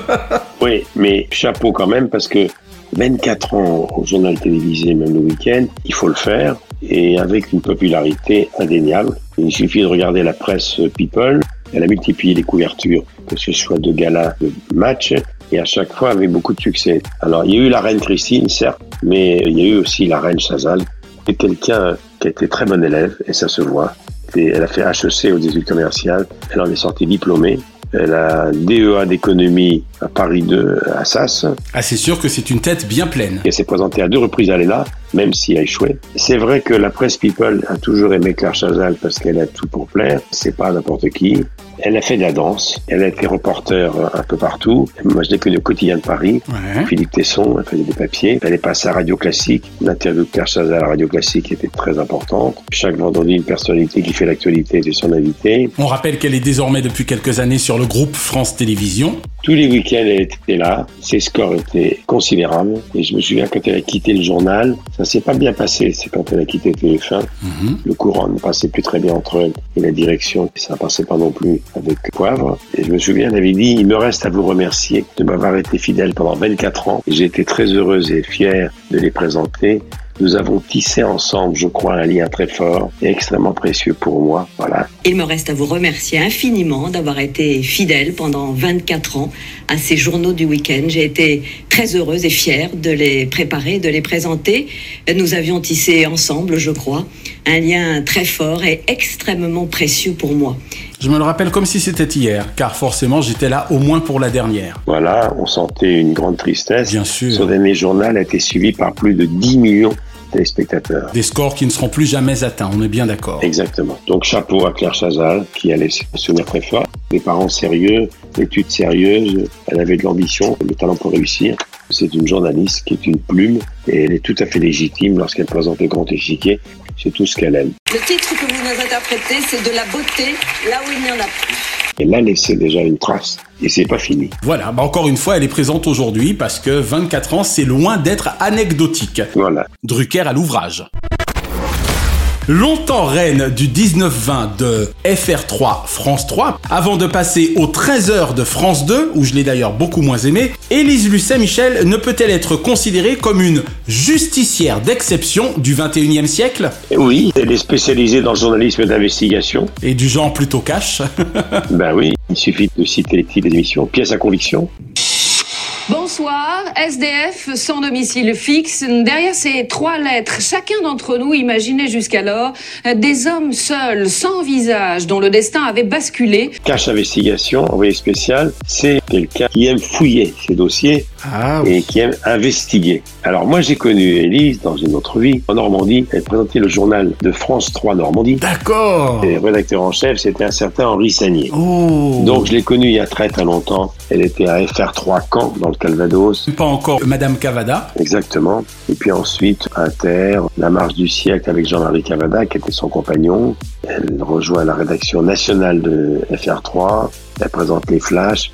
Speaker 3: Oui, mais chapeau quand même parce que 24 ans au journal télévisé, même le week-end, il faut le faire et avec une popularité indéniable. Il suffit de regarder la presse People. Elle a multiplié les couvertures, que ce soit de galas, de matchs, et à chaque fois avec beaucoup de succès. Alors, il y a eu la reine Christine, certes, mais il y a eu aussi la reine Chazal. C'est quelqu'un qui a été très bon élève, et ça se voit. Et elle a fait E HEC aux études commerciales. Elle en est sortie diplômée. Elle E a un DEA d'économie à Paris 2, à SAS.
Speaker 2: ah, c'est sûr que c'est une tête bien pleine.
Speaker 3: Elle s'est présentée à deux reprises à l'ENA, même si elle a échoué. C'est vrai que la presse People a toujours aimé Claire Chazal parce qu'elle a tout pour plaire. C'est pas n'importe qui. Elle a fait de la danse. Elle a été reporter euh, un peu partout. Moi, je l'ai connue au quotidien de Paris. Philippe Tesson, elle faisait des papiers. Elle est passée à Radio Classique. L'interview de Claire Chazal à Radio Classique était très importante. Chaque vendredi, une personnalité qui fait l'actualité était son invité.
Speaker 2: On rappelle qu'elle est désormais depuis quelques années sur le groupe France Télévisions.
Speaker 3: Tous les week-ends, elle était là. Ses scores étaient considérables. Et je me souviens quand elle a quitté le journal, ça s'est pas bien passé. C'est quand elle a quitté TF1. Le courant ne passait plus très bien entre elle et la direction. Ça passait pas non plus avec Poivre. Et je me souviens, elle avait dit, il me reste à vous remercier de m'avoir été fidèle pendant 24 ans. Et j'ai été très heureuse et fière de les présenter. Nous avons tissé ensemble, je crois, un lien très fort et extrêmement précieux pour moi. Voilà.
Speaker 5: Il me reste à vous remercier infiniment d'avoir été fidèle pendant 24 ans à ces journaux du week-end. J'ai été très heureuse et fière de les préparer, de les présenter. Nous avions tissé ensemble, je crois, un lien très fort et extrêmement précieux pour moi.
Speaker 2: Je me le rappelle comme si c'était hier, car forcément j'étais là au moins pour la dernière.
Speaker 3: Voilà, on sentait une grande tristesse.
Speaker 2: Bien sûr.
Speaker 3: Son dernier journal a été suivi par plus de 10 millions de téléspectateurs.
Speaker 2: Des scores qui ne seront plus jamais atteints, on est bien d'accord.
Speaker 3: Exactement. Donc chapeau à Claire Chazal, qui a laissé un souvenir très fort. Des parents sérieux, des études sérieuses, elle avait de l'ambition, le talent pour réussir. C'est une journaliste qui est une plume et elle est tout à fait légitime lorsqu'elle présente le grand échiquier. C'est tout ce qu'elle aime.
Speaker 21: Le titre que vous nous interprétez, c'est De la beauté là où il n'y en a plus.
Speaker 3: Elle a laissé déjà une trace et c'est pas fini.
Speaker 2: Voilà, bah encore une fois, elle est présente aujourd'hui parce que 24 ans, c'est loin d'être anecdotique.
Speaker 3: Voilà.
Speaker 2: Drucker à l'ouvrage. longtemps reine du 19-20 de FR3 France 3, avant de passer aux 13h de France 2, où je l'ai d'ailleurs beaucoup moins aimé, Élise Lucet-Michel ne peut-elle être considérée comme une justicière d'exception du 21e siècle
Speaker 3: Oui, elle est spécialisée dans le journalisme d'investigation.
Speaker 2: Et du genre plutôt cash.
Speaker 3: ben oui, il suffit de citer les petites émissions. Pièce à conviction.
Speaker 22: Bonsoir, SDF sans domicile fixe. Derrière ces trois lettres, chacun d'entre nous imaginait jusqu'alors des hommes seuls, sans visage, dont le destin avait basculé.
Speaker 3: Cache investigation, envoyé spécial, c'est quelqu'un qui aime fouiller ses dossiers
Speaker 2: ah,
Speaker 3: et qui aime investiguer. Alors moi j'ai connu Élise dans une autre vie en Normandie. Elle présentait le journal de France 3 Normandie.
Speaker 2: D'accord.
Speaker 3: Et le rédacteur en chef c'était un certain Henri Sagnier.
Speaker 2: Oh.
Speaker 3: Donc je l'ai connue il y a très très longtemps. Elle était à FR3 Caen dans le Calvados.
Speaker 2: Pas encore Madame Cavada.
Speaker 3: Exactement. Et puis ensuite, Inter, La Marche du siècle avec Jean-Marie Cavada, qui était son compagnon. Elle rejoint la rédaction nationale de FR3. Elle présente les flashs.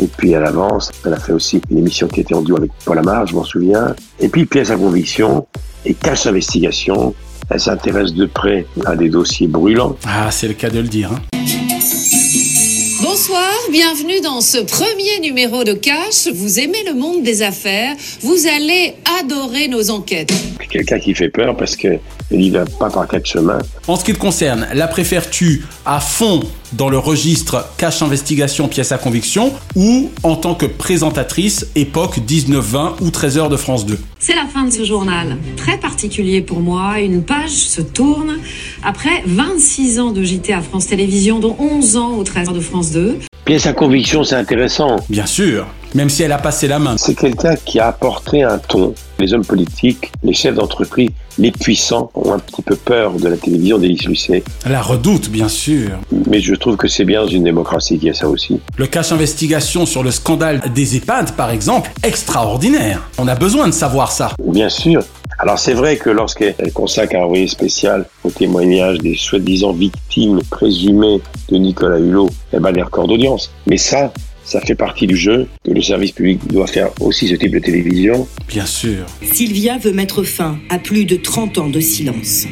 Speaker 3: Et puis elle avance. Elle a fait aussi une émission qui était en duo avec Paul Amar, je m'en souviens. Et puis pièce à conviction et cache investigation. Elle s'intéresse de près à des dossiers brûlants.
Speaker 2: Ah, c'est le cas de le dire. hein.
Speaker 22: Bonsoir, bienvenue dans ce premier numéro de Cash. Vous aimez le monde des affaires, vous allez adorer nos enquêtes.
Speaker 3: C'est quelqu'un qui fait peur parce que n'y va pas par quatre chemins.
Speaker 2: En ce qui te concerne, la préfères-tu à fond dans le registre cash investigation pièce à conviction ou en tant que présentatrice époque 19-20 ou 13h de France 2
Speaker 23: C'est la fin de ce journal, très particulier pour moi. Une page se tourne après 26 ans de JT à France Télévisions, dont 11 ans au 13 de France 2.
Speaker 3: Pièce à conviction, c'est intéressant.
Speaker 2: Bien sûr, même si elle a passé la main.
Speaker 3: C'est quelqu'un qui a apporté un ton. Les hommes politiques, les chefs d'entreprise, les puissants ont un petit peu peur de la télévision d'Élise Lucet.
Speaker 2: La redoute, bien sûr.
Speaker 3: Mais je trouve que c'est bien dans une démocratie qu'il y a ça aussi.
Speaker 2: Le cash investigation sur le scandale des EHPAD, par exemple, extraordinaire. On a besoin de savoir ça.
Speaker 3: Bien sûr. Alors c'est vrai que lorsqu'elle consacre un envoyé spécial au témoignage des soi-disant victimes présumées de Nicolas Hulot, elle bat des records d'audience. Mais ça, ça fait partie du jeu que le service public doit faire aussi ce type de télévision.
Speaker 2: Bien sûr.
Speaker 24: Sylvia veut mettre fin à plus de 30 ans de silence.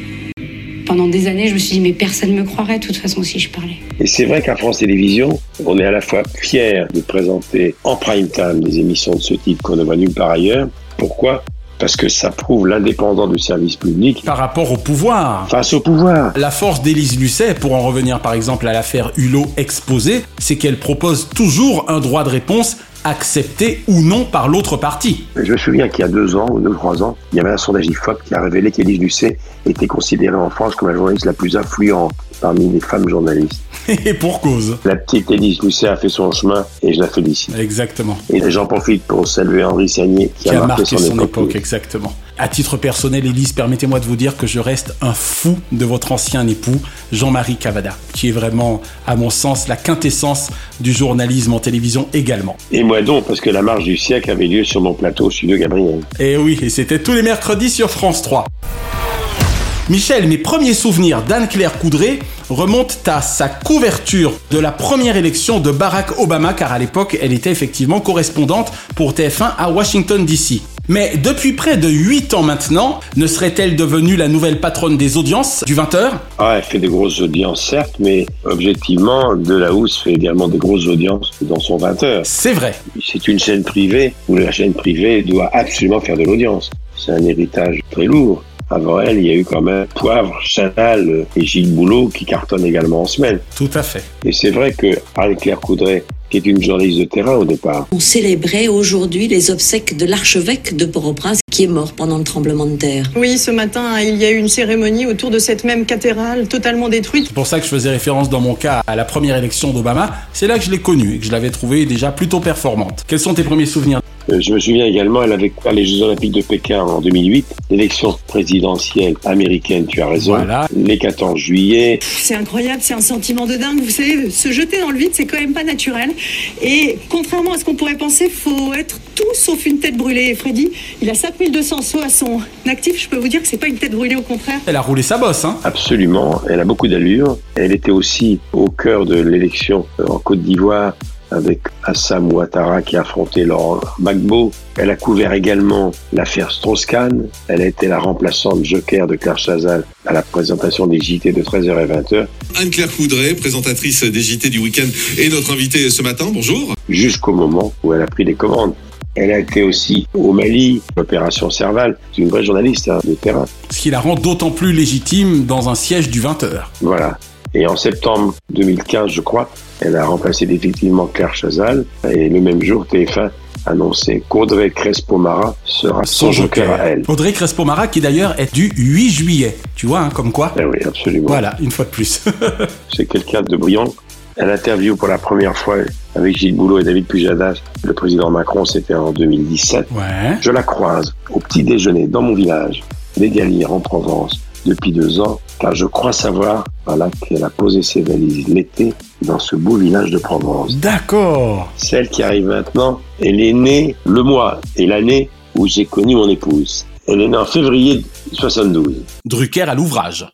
Speaker 20: Pendant des années, je me suis dit, mais personne ne me croirait de toute façon si je parlais.
Speaker 3: Et c'est vrai qu'à France Télévisions, on est à la fois fier de présenter en prime time des émissions de ce type qu'on ne voit nulle part ailleurs. Pourquoi Parce que ça prouve l'indépendance du service public
Speaker 2: Par rapport au pouvoir.
Speaker 3: face au pouvoir.
Speaker 2: La force d'Élise Lucet, pour en revenir par exemple à l'affaire Hulot exposée, c'est qu'elle propose toujours un droit de réponse accepté ou non par l'autre partie.
Speaker 3: Je me souviens qu'il y a deux ans ou deux trois ans, il y avait un sondage IFOP qui a révélé qu'Élise Lucet était considérée en France comme la journaliste la plus influente parmi les femmes journalistes.
Speaker 2: Et pour cause.
Speaker 3: La petite Élise Lucet a fait son chemin et je la félicite.
Speaker 2: Exactement.
Speaker 3: Et j'en profite pour saluer Henri Sagné qui,
Speaker 2: Qui a marqué son époque, exactement. À titre personnel, Élise, permettez-moi de vous dire que je reste un fou de votre ancien époux, Jean-Marie Cavada, qui est vraiment, à mon sens, la quintessence du journalisme en télévision également.
Speaker 3: Et moi donc, parce que la marche du siècle avait lieu sur mon plateau au studio Gabriel.
Speaker 2: Et Eh oui, et c'était tous les mercredis sur France 3. Michel, mes premiers souvenirs d'Anne-Claire Coudray remontent à sa couverture de la première élection de Barack Obama, car à l'époque, elle était effectivement correspondante pour TF1 à Washington, D.C. Mais depuis près de 8 ans maintenant, ne serait-elle devenue la nouvelle patronne des audiences du 20h
Speaker 3: Ah, elle fait des grosses audiences, certes, mais objectivement, De La Housse fait également des grosses audiences dans son 20 heures.
Speaker 2: C'est vrai.
Speaker 3: C'est une chaîne privée où la chaîne privée doit absolument faire de l'audience. C'est un héritage très lourd. Avant elle, il y a eu quand même Poivre, Chanal et Gilles Boulot qui cartonnent également en semaine.
Speaker 2: Tout à fait.
Speaker 3: Et c'est vrai que Anne-Claire Coudray, qui est une journaliste de terrain au départ,
Speaker 5: On célébrait aujourd'hui les obsèques de l'archevêque de Port-au-Prince qui est mort pendant le tremblement de terre.
Speaker 25: Oui, ce matin, il y a eu une cérémonie autour de cette même cathédrale totalement détruite.
Speaker 2: C'est pour ça que je faisais référence dans mon cas à la première élection d'Obama. C'est là que je l'ai connue et que je l'avais trouvée déjà plutôt performante. Quels sont tes premiers souvenirs
Speaker 3: Euh, Je me souviens également, elle avait couvert les Jeux Olympiques de Pékin en 2008, l'élection présidentielle américaine, tu as raison,
Speaker 2: Voilà.
Speaker 3: les 14 juillet.
Speaker 25: C'est incroyable, c'est un sentiment de dingue. Vous savez, se jeter dans le vide, c'est quand même pas naturel. Et contrairement à ce qu'on pourrait penser, faut être tout sauf une tête brûlée. Et Freddy, il a 5200 sauts à son actif. Je peux vous dire que c'est pas une tête brûlée, au contraire.
Speaker 2: Elle a roulé sa bosse, hein
Speaker 3: Absolument, elle a beaucoup d'allure. Elle était aussi au cœur de l'élection euh, en Côte d'Ivoire avec Assam Ouattara qui a affronté Laurent Gbagbo. Elle a couvert également l'affaire Strauss-Kahn. Elle a été la remplaçante joker de Claire Chazal à la présentation des JT de 13h et 20h.
Speaker 4: Anne-Claire Coudray, présentatrice des JT du week-end, est notre invitée ce matin. Bonjour.
Speaker 3: Jusqu'au moment où elle a pris les commandes. Elle a été aussi au Mali, l'opération Serval. C'est une vraie journaliste hein, de terrain.
Speaker 2: Ce qui la rend d'autant plus légitime dans un siège du 20h.
Speaker 3: Voilà. Et en septembre 2015, je crois, elle a remplacé définitivement Claire Chazal. Et le même jour, TF1 annonçait qu'Audrey Crespo-Mara sera son, son joker. joker. à elle.
Speaker 2: Audrey Crespo-Mara qui d'ailleurs est du 8 juillet. Tu vois, hein, comme quoi
Speaker 3: eh Oui, absolument.
Speaker 2: Voilà, une fois de plus.
Speaker 3: C'est quelqu'un de brillant. Elle interview pour la première fois avec Gilles Boulot et David Pujadas, le président Macron, c'était en 2017.
Speaker 2: Ouais.
Speaker 3: Je la croise au petit déjeuner dans mon village, les Galières en Provence, depuis deux ans, car je crois savoir voilà, qu'elle a posé ses valises l'été dans ce beau village de Provence.
Speaker 2: D'accord.
Speaker 3: Celle qui arrive maintenant, elle est née le mois et l'année où j'ai connu mon épouse. Elle est née en février 72.
Speaker 2: Drucker à l'ouvrage.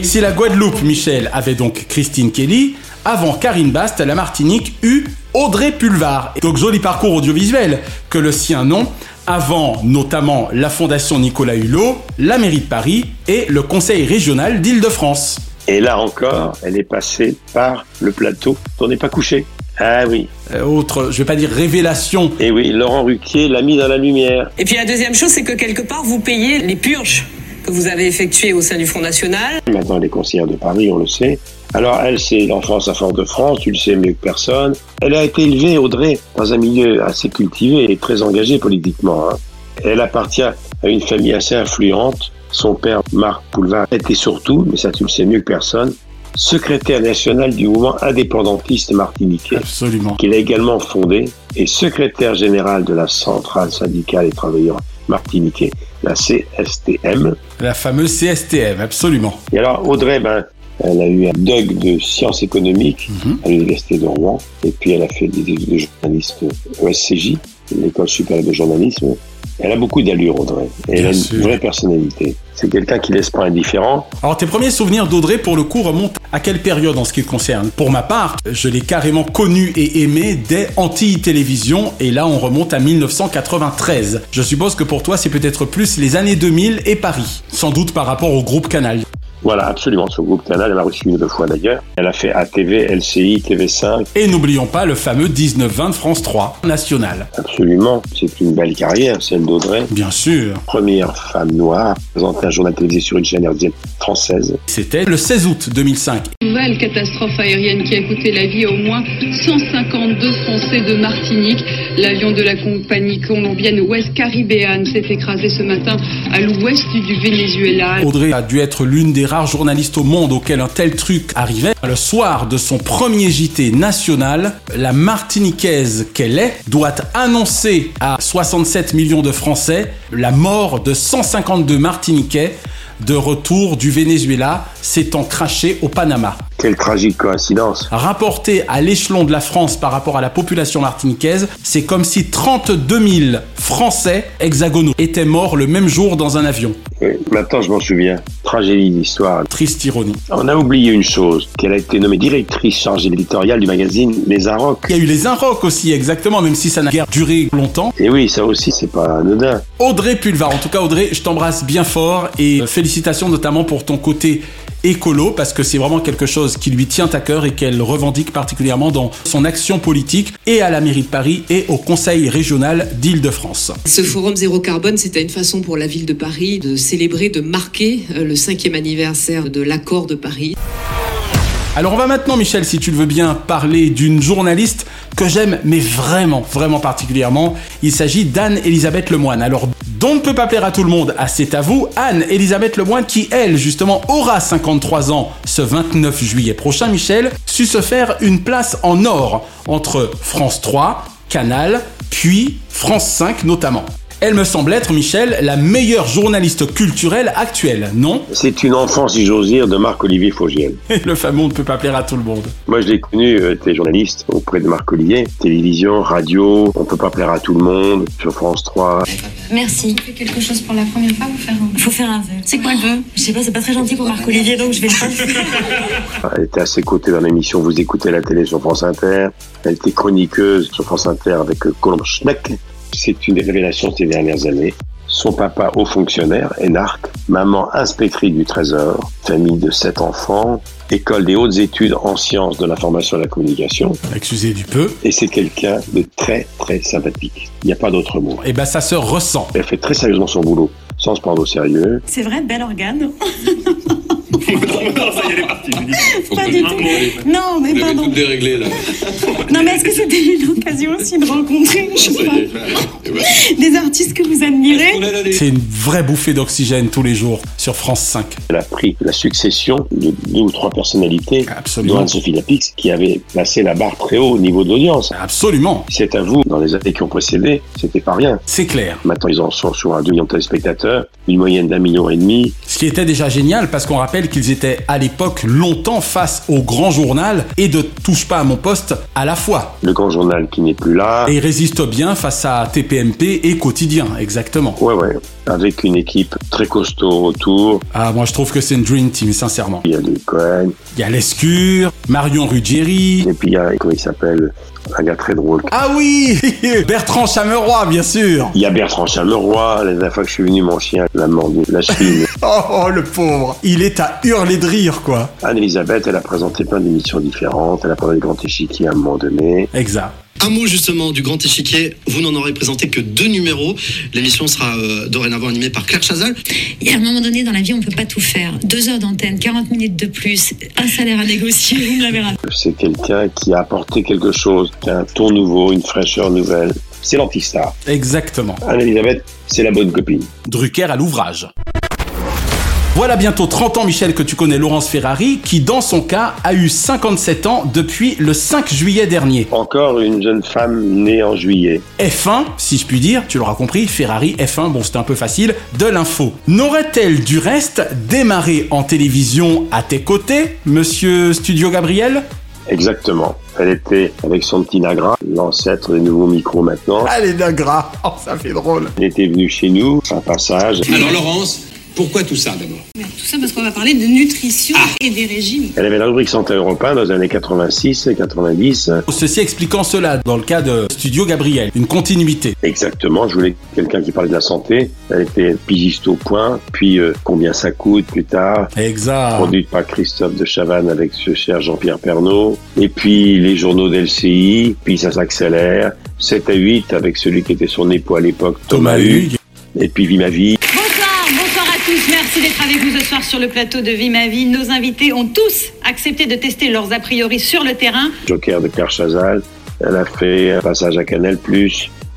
Speaker 2: Si la Guadeloupe, Michel, avait donc Christine Kelly, avant Karine Bast, la Martinique eut Audrey Pulvar. Donc joli parcours audiovisuel que le sien non, avant notamment la Fondation Nicolas Hulot, la mairie de Paris et le Conseil régional d'Île-de-France.
Speaker 3: Et là encore, elle est passée par le plateau On n'est pas couché. Ah oui.
Speaker 2: Euh, autre, je vais pas dire révélation.
Speaker 3: Et oui, Laurent Ruquier l'a mis dans la lumière.
Speaker 8: Et puis la deuxième chose, c'est que quelque part, vous payez les purges que vous avez effectuées au sein du Front National.
Speaker 3: Maintenant, les conseillères de Paris, on le sait, alors elle, c'est l'enfance à Fort-de-France, tu le sais mieux que personne. Elle a été élevée, Audrey, dans un milieu assez cultivé et très engagé politiquement. Hein. Elle appartient à une famille assez influente. Son père, Marc Poulvin, était surtout, mais ça tu le sais mieux que personne, secrétaire national du mouvement indépendantiste martiniquais,
Speaker 2: Absolument.
Speaker 3: qu'il a également fondé, et secrétaire général de la centrale syndicale des travailleurs martiniquais, la CSTM.
Speaker 2: La fameuse CSTM, absolument.
Speaker 3: Et alors Audrey, ben, elle a eu un DUG de sciences économiques mmh. à l'Université de Rouen. Et puis, elle a fait des études de journalisme au SCJ, l'École supérieure de journalisme. Elle a beaucoup d'allure, Audrey. Et elle a une sûr. vraie personnalité. C'est quelqu'un qui laisse pas indifférent.
Speaker 2: Alors, tes premiers souvenirs d'Audrey, pour le coup, remontent à quelle période en ce qui te concerne Pour ma part, je l'ai carrément connue et aimée dès Antilles Télévision, et là, on remonte à 1993. Je suppose que pour toi, c'est peut-être plus les années 2000 et Paris, sans doute par rapport au groupe Canal.
Speaker 3: Voilà, absolument. Ce groupe Canal, elle a reçu une deux fois d'ailleurs. Elle a fait ATV, LCI, TV5.
Speaker 2: Et n'oublions pas le fameux 19-20 France 3 national.
Speaker 3: Absolument. C'est une belle carrière, celle d'Audrey.
Speaker 2: Bien sûr.
Speaker 3: Première femme noire présentée un journal télévisé sur une chaîne française.
Speaker 2: C'était le 16 août 2005.
Speaker 9: Nouvelle catastrophe aérienne qui a coûté la vie à au moins 152 Français de Martinique. L'avion de la compagnie colombienne West Caribbean s'est écrasé ce matin à l'ouest du Venezuela.
Speaker 2: Audrey a dû être l'une des rares journalistes au monde auquel un tel truc arrivait. Le soir de son premier JT national, la Martiniquaise qu'elle est doit annoncer à 67 millions de Français la mort de 152 Martiniquais de retour du Venezuela s'étant craché au Panama.
Speaker 3: Quelle tragique coïncidence.
Speaker 2: Rapporté à l'échelon de la France par rapport à la population martiniquaise, c'est comme si 32 000 Français hexagonaux étaient morts le même jour dans un avion.
Speaker 3: Oui, maintenant je m'en souviens. Tragédie d'histoire.
Speaker 2: Triste ironie.
Speaker 3: On a oublié une chose, qu'elle a été nommée directrice chargée éditoriale du magazine Les Inrocks.
Speaker 2: Il y a eu Les Inrocks aussi, exactement, même si ça n'a guère duré longtemps.
Speaker 3: Et oui, ça aussi, c'est pas anodin.
Speaker 2: Audrey Pulvar, en tout cas Audrey, je t'embrasse bien fort et euh, félicitations notamment pour ton côté écolo parce que c'est vraiment quelque chose qui lui tient à cœur et qu'elle revendique particulièrement dans son action politique et à la mairie de Paris et au conseil régional d'Île-de-France.
Speaker 11: Ce forum zéro carbone, c'était une façon pour la ville de Paris de célébrer, de marquer euh, le cinquième anniversaire de l'accord de Paris.
Speaker 2: Alors on va maintenant, Michel, si tu le veux bien, parler d'une journaliste que j'aime, mais vraiment, vraiment particulièrement. Il s'agit d'Anne-Elisabeth Lemoine. Alors, dont ne peut pas plaire à tout le monde, ah c'est à vous, Anne-Elisabeth Lemoine, qui, elle, justement, aura 53 ans ce 29 juillet prochain, Michel, su se faire une place en or entre France 3, Canal, puis France 5 notamment. Elle me semble être, Michel, la meilleure journaliste culturelle actuelle, non
Speaker 3: C'est une enfant, si j'ose dire, de Marc-Olivier Fogiel.
Speaker 2: Le fameux on ne peut pas plaire à tout le monde.
Speaker 3: Moi, je l'ai connu, euh, était journaliste auprès de Marc-Olivier. Télévision, radio, on peut pas plaire à tout le monde, sur France 3.
Speaker 6: Merci. Fais quelque chose pour la première fois ou faire un
Speaker 12: Faut faire un vœu.
Speaker 6: C'est quoi le vœu
Speaker 12: Je sais pas, c'est pas très gentil pour Marc-Olivier, donc je vais le faire.
Speaker 3: Elle était à ses côtés dans l'émission Vous écoutez la télé sur France Inter. Elle était chroniqueuse sur France Inter avec euh, Colombe Schneck. C'est une des révélations de ces dernières années. Son papa, haut fonctionnaire, énarque, maman, inspectrice du Trésor, famille de sept enfants, école des hautes études en sciences de l'information et de la communication.
Speaker 2: Excusez du peu.
Speaker 3: Et c'est quelqu'un de très, très sympathique. Il n'y a pas d'autre mot.
Speaker 2: Eh ben, ça se ressent.
Speaker 3: Elle fait très sérieusement son boulot, sans se prendre au sérieux.
Speaker 12: C'est vrai, bel organe.
Speaker 13: non, ça y est, elle est partie, je dis.
Speaker 12: Pas du tout. Non, mais
Speaker 13: Vous avez
Speaker 12: pardon.
Speaker 13: tout déréglé, là.
Speaker 12: Non, mais est-ce que c'était une occasion aussi de rencontrer, je sais pas,
Speaker 13: Eh ben,
Speaker 12: des artistes que vous
Speaker 15: Oh
Speaker 12: admirez
Speaker 2: C'est une vraie bouffée d'oxygène tous les jours sur France 5.
Speaker 3: Elle a pris la succession de deux ou trois personnalités, dont Anne-Sophie Lapix, qui avait placé la barre très haut au niveau de l'audience.
Speaker 2: Absolument.
Speaker 3: C'est à vous, dans les années qui ont précédé, c'était pas rien.
Speaker 2: C'est clair.
Speaker 3: Maintenant, ils en sont sur un 2 millions de téléspectateurs, une moyenne d'un million et demi.
Speaker 2: Ce qui était déjà génial parce qu'on rappelle qu'ils étaient à l'époque longtemps face au grand journal et de Touche pas à mon poste à la fois.
Speaker 3: Le grand journal qui n'est plus là.
Speaker 2: Et ils résistent bien face à TPMP et Quotidien, exactement.
Speaker 3: Ouais, ouais. Avec une équipe très costaud autour.
Speaker 2: Ah, moi je trouve que c'est une dream team, sincèrement.
Speaker 3: Il y a les Cohen.
Speaker 2: Il y a Lescure, Marion Ruggieri.
Speaker 3: Et puis il y a, comment il s'appelle Un gars très drôle.
Speaker 2: Ah oui Bertrand Chameroy, bien sûr
Speaker 3: Il y a Bertrand Charleroi. La dernière fois que je suis venu, mon chien l'a mordu la cheville.
Speaker 2: Oh, oh, le pauvre Il est à hurler de rire, quoi.
Speaker 3: Anne-Elisabeth, elle a présenté plein d'émissions différentes. Elle a parlé de Grand Échiquier à un moment donné.
Speaker 2: Exact.
Speaker 14: Un mot justement du Grand Échiquier, vous n'en aurez présenté que deux numéros. L'émission sera euh, dorénavant animée par Claire Chazal.
Speaker 12: Et à un moment donné, dans la vie, on peut pas tout faire. Deux heures d'antenne, 40 minutes de plus, un salaire à négocier, vous me l'avez rappelé.
Speaker 3: C'est quelqu'un qui a apporté quelque chose, qui a un ton nouveau, une fraîcheur nouvelle. C'est l'antistar.
Speaker 2: Exactement.
Speaker 3: Anne-Elisabeth, c'est la bonne copine.
Speaker 2: Drucker à l'ouvrage. Voilà bientôt 30 ans, Michel, que tu connais Laurence Ferrari, qui, dans son cas, a eu 57 ans depuis le 5 juillet dernier.
Speaker 3: Encore une jeune femme née en juillet.
Speaker 2: F1, si je puis dire, tu l'auras compris, Ferrari F1, bon c'était un peu facile, de l'info. N'aurait-elle du reste démarré en télévision à tes côtés, monsieur Studio Gabriel
Speaker 3: Exactement. Elle était avec son petit Nagra, l'ancêtre des nouveaux micros maintenant.
Speaker 2: Allez, Ah, Nagra Oh, ça fait drôle
Speaker 3: Elle était venue chez nous, un passage.
Speaker 13: Alors, Laurence, pourquoi tout ça d'abord
Speaker 12: Tout ça parce qu'on va parler de nutrition
Speaker 13: Ah.
Speaker 12: et des régimes.
Speaker 3: Elle avait la rubrique Santé Europe 1 dans les années 86 et 90.
Speaker 2: Ceci expliquant cela, dans le cas de Studio Gabriel, une continuité.
Speaker 3: Exactement, je voulais quelqu'un qui parlait de la santé. Elle était pigiste au point, puis euh, combien ça coûte plus tard.
Speaker 2: Exact.
Speaker 3: Produite par Christophe de Chavannes avec ce cher Jean-Pierre Pernaud. Et puis les journaux d'LCI, puis ça s'accélère. 7 à 8 avec celui qui était son époux à l'époque, Thomas,
Speaker 2: Thomas Hugues.
Speaker 3: Hugues. Et puis Vie ma vie.
Speaker 12: Bonsoir, bonsoir à tous. Merci d'être avec nous ce soir sur le plateau de Vie ma vie. Nos invités ont tous accepté de tester leurs a priori sur le terrain.
Speaker 3: Joker de Claire Chazal. Elle a fait un passage à Canal+,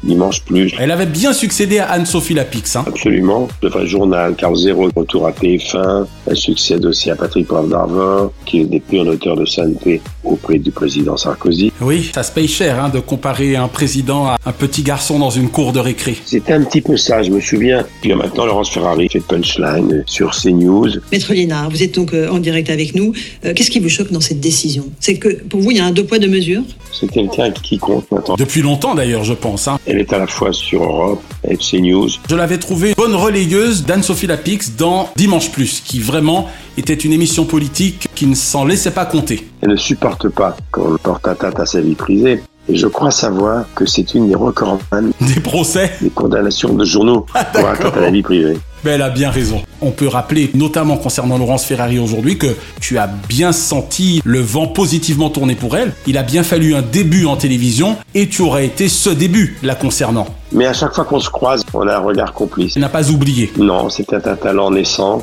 Speaker 3: Dimanche+. Plus.
Speaker 2: Elle avait bien succédé à Anne-Sophie Lapix. Hein.
Speaker 3: Absolument. De vrai journal, Carl Zéro, retour à TF1. Elle succède aussi à Patrick Poivre d'Arvor, qui est depuis un auteur de sainteté auprès du président Sarkozy.
Speaker 2: Oui, ça se paye cher hein, de comparer un président à un petit garçon dans une cour de récré.
Speaker 3: C'était un petit peu ça, je me souviens. Puis euh, maintenant, Laurence Ferrari fait Punchline sur CNews.
Speaker 17: Maître Lénard, vous êtes donc euh, en direct avec nous. Euh, Qu'est-ce qui vous choque dans cette décision C'est que pour vous, il y a un deux poids, deux mesures
Speaker 3: C'est quelqu'un qui compte maintenant.
Speaker 2: Depuis longtemps d'ailleurs, je pense. hein.
Speaker 3: Elle est à la fois sur Europe et CNews.
Speaker 2: Je l'avais trouvée bonne relayeuse d'Anne-Sophie Lapix dans Dimanche Plus, qui vraiment était une émission politique qui ne s'en laissait pas compter.
Speaker 3: Elle ne supporte pas qu'on le porte atteinte à sa vie privée. Et je crois savoir que c'est une des recordman
Speaker 2: Des procès
Speaker 3: des condamnations de journaux pour atteinte à la vie privée.
Speaker 2: Mais elle a bien raison. On peut rappeler, notamment concernant Laurence Ferrari aujourd'hui, que tu as bien senti le vent positivement tourné pour elle. Il a bien fallu un début en télévision et tu aurais été ce début la concernant.
Speaker 3: Mais à chaque fois qu'on se croise, on a un regard complice.
Speaker 2: Elle n'a pas oublié.
Speaker 3: Non, c'était un talent naissant.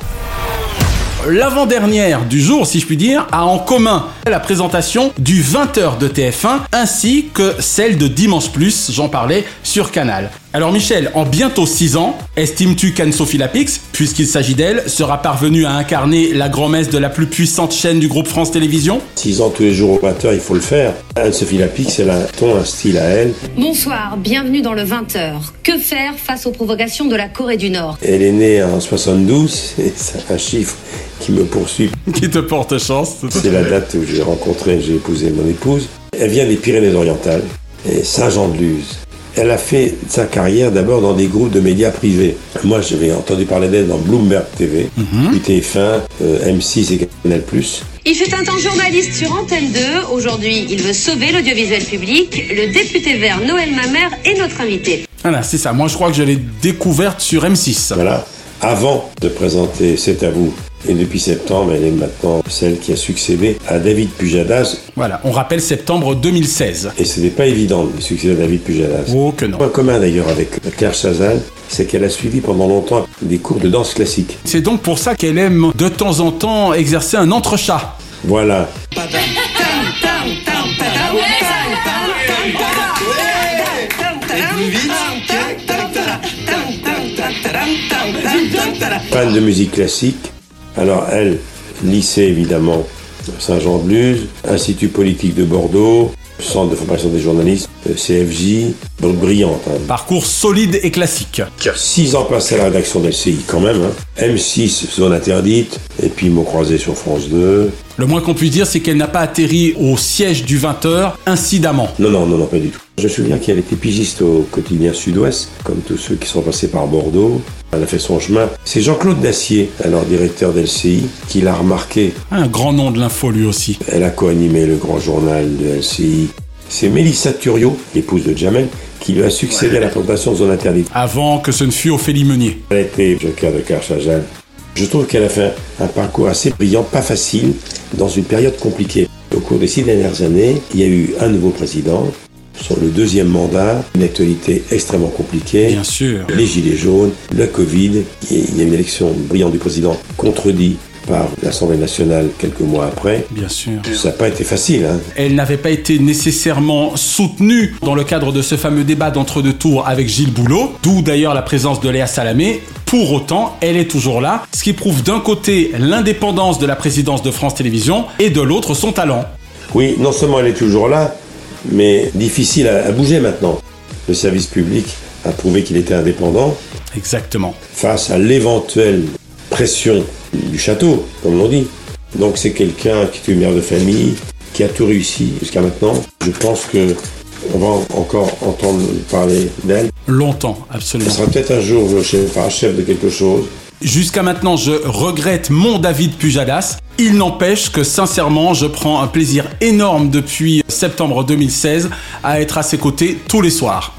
Speaker 2: L'avant-dernière du jour, si je puis dire, a en commun la présentation du 20h de TF1 ainsi que celle de Dimanche Plus, j'en parlais, sur Canal. Alors Michel, en bientôt 6 ans, estimes-tu qu'Anne-Sophie Lapix, puisqu'il s'agit d'elle, sera parvenue à incarner la grand-messe de la plus puissante chaîne du groupe France Télévisions
Speaker 22: 6 ans tous les jours au 20h, il faut le faire. Anne-Sophie Lapix, elle a un ton, un style à elle.
Speaker 12: Bonsoir, bienvenue dans le 20h. Que faire face aux provocations de la Corée du Nord
Speaker 22: Elle est née en 72, et c'est un chiffre qui me poursuit.
Speaker 2: Qui te porte chance tout à
Speaker 22: C'est
Speaker 2: fait.
Speaker 22: la date où j'ai rencontré, j'ai épousé mon épouse. Elle vient des Pyrénées-Orientales, et Saint-Jean-de-Luz. Elle a fait sa carrière d'abord dans des groupes de médias privés. Moi, j'avais entendu parler d'elle dans Bloomberg TV, UTF1, euh, M6 et Canal+.
Speaker 12: Il fut un temps journaliste sur Antenne 2. Aujourd'hui, il veut sauver l'audiovisuel public. Le député vert Noël Mamère est notre invité.
Speaker 2: Voilà, c'est ça. Moi, je crois que je l'ai découverte sur M6.
Speaker 22: Voilà. Avant de présenter C'est à vous, et depuis septembre, elle est maintenant celle qui a succédé à David Pujadas.
Speaker 2: Voilà, on rappelle septembre 2016.
Speaker 22: Et ce n'est pas évident de succéder à David Pujadas.
Speaker 2: Oh que non.
Speaker 22: Point commun d'ailleurs avec Claire Chazal, c'est qu'elle a suivi pendant longtemps des cours de danse classique.
Speaker 2: C'est donc pour ça qu'elle aime de temps en temps exercer un entrechat.
Speaker 22: Voilà. Fan de musique classique. Alors elle, lycée évidemment, Saint-Jean-de-Luz, Institut politique de Bordeaux, Centre de formation des journalistes, euh, CFJ, donc brillante. hein.
Speaker 2: Parcours solide et classique.
Speaker 22: Six ans passés à la rédaction d'LCI quand même. hein. M6, zone interdite, et puis mots croisés sur France 2.
Speaker 2: Le moins qu'on puisse dire, c'est qu'elle n'a pas atterri au siège du 20h incidemment.
Speaker 22: Non, non, non, non, pas du tout. Je me souviens qu'elle était pigiste au quotidien Sud-Ouest, comme tous ceux qui sont passés par Bordeaux. Elle a fait son chemin. C'est Jean-Claude Dacier, alors directeur d'LCI, qui l'a remarqué.
Speaker 2: Un grand nom de l'info lui aussi.
Speaker 22: Elle a co-animé le grand journal de LCI. C'est Mélissa Turiot, l'épouse de Jamel, qui lui a succédé à la présentation de zone interdite.
Speaker 2: Avant que ce ne fût Ophélie Meunier.
Speaker 22: Elle a été joker de Carchajal. Je trouve qu'elle a fait un parcours assez brillant, pas facile, dans une période compliquée. Au cours des six dernières années, il y a eu un nouveau président. Sur le deuxième mandat, une actualité extrêmement compliquée.
Speaker 2: Bien sûr.
Speaker 22: Les gilets jaunes, le Covid, et il y a une élection brillante du président contredite par l'Assemblée nationale quelques mois après.
Speaker 2: Bien sûr.
Speaker 22: Ça n'a pas été facile. Hein.
Speaker 2: Elle n'avait pas été nécessairement soutenue dans le cadre de ce fameux débat d'entre-deux tours avec Gilles Boulot, d'où d'ailleurs la présence de Léa Salamé. Pour autant, elle est toujours là, ce qui prouve d'un côté l'indépendance de la présidence de France Télévisions et de l'autre son talent.
Speaker 22: Oui, non seulement elle est toujours là, mais difficile à, à bouger maintenant. Le service public a prouvé qu'il était indépendant
Speaker 2: Exactement.
Speaker 22: face à l'éventuelle pression du château, comme l'on dit. Donc c'est quelqu'un qui est une mère de famille, qui a tout réussi jusqu'à maintenant. Je pense que on va encore entendre parler d'elle.
Speaker 2: Longtemps,
Speaker 22: Elle
Speaker 2: absolument.
Speaker 22: sera peut-être un jour, je sais pas, chef de quelque chose.
Speaker 2: Jusqu'à maintenant, je regrette mon David Pujadas. Il n'empêche que sincèrement, je prends un plaisir énorme depuis septembre 2016 à être à ses côtés tous les soirs.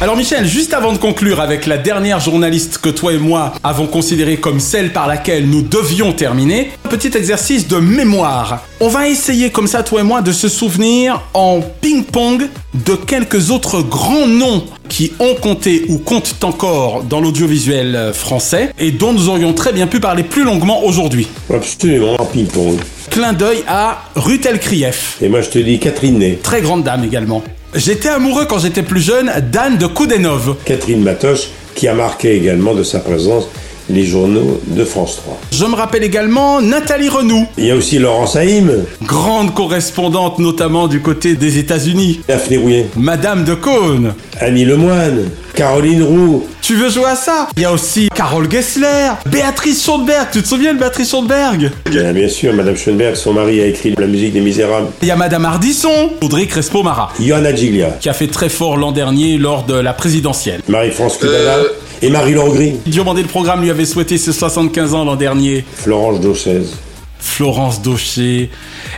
Speaker 2: Alors Michel, juste avant de conclure avec la dernière journaliste que toi et moi avons considérée comme celle par laquelle nous devions terminer, un petit exercice de mémoire. On va essayer comme ça, toi et moi, de se souvenir en ping-pong de quelques autres grands noms qui ont compté ou comptent encore dans l'audiovisuel euh, français et dont nous aurions très bien pu parler plus longuement aujourd'hui.
Speaker 22: Absolument, en ping-pong.
Speaker 2: Clin d'œil à Rutel Krief,
Speaker 22: Et moi je te dis Catherine Ney,
Speaker 2: très grande dame également. J'étais amoureux quand j'étais plus jeune d'Anne de Coudenove.
Speaker 22: Catherine Matoche, qui a marqué également de sa présence les journaux de France 3.
Speaker 2: Je me rappelle également Nathalie Renou,
Speaker 22: Il y a aussi Laurence Haïm,
Speaker 2: grande correspondante notamment du côté des États-Unis.
Speaker 22: Daphné Rouillet,
Speaker 2: Madame de Caunes,
Speaker 22: Annie Lemoine, Caroline Roux,
Speaker 2: tu veux jouer à ça Il y a aussi Carole Gessler, Béatrice Schoenberg, tu te souviens de Béatrice Schoenberg
Speaker 22: Bien, bien sûr, Madame Schoenberg, son mari a écrit la musique des Misérables.
Speaker 2: Il y a Madame Ardisson, Audrey Crespo-Mara,
Speaker 22: Johanna Giglia,
Speaker 2: qui a fait très fort l'an dernier lors de la présidentielle.
Speaker 22: Marie-France Cubala et Marie Langry,
Speaker 2: Diomandé le programme lui avait souhaité ses 75 ans l'an dernier.
Speaker 22: Florence Dossez.
Speaker 2: Florence Daucher.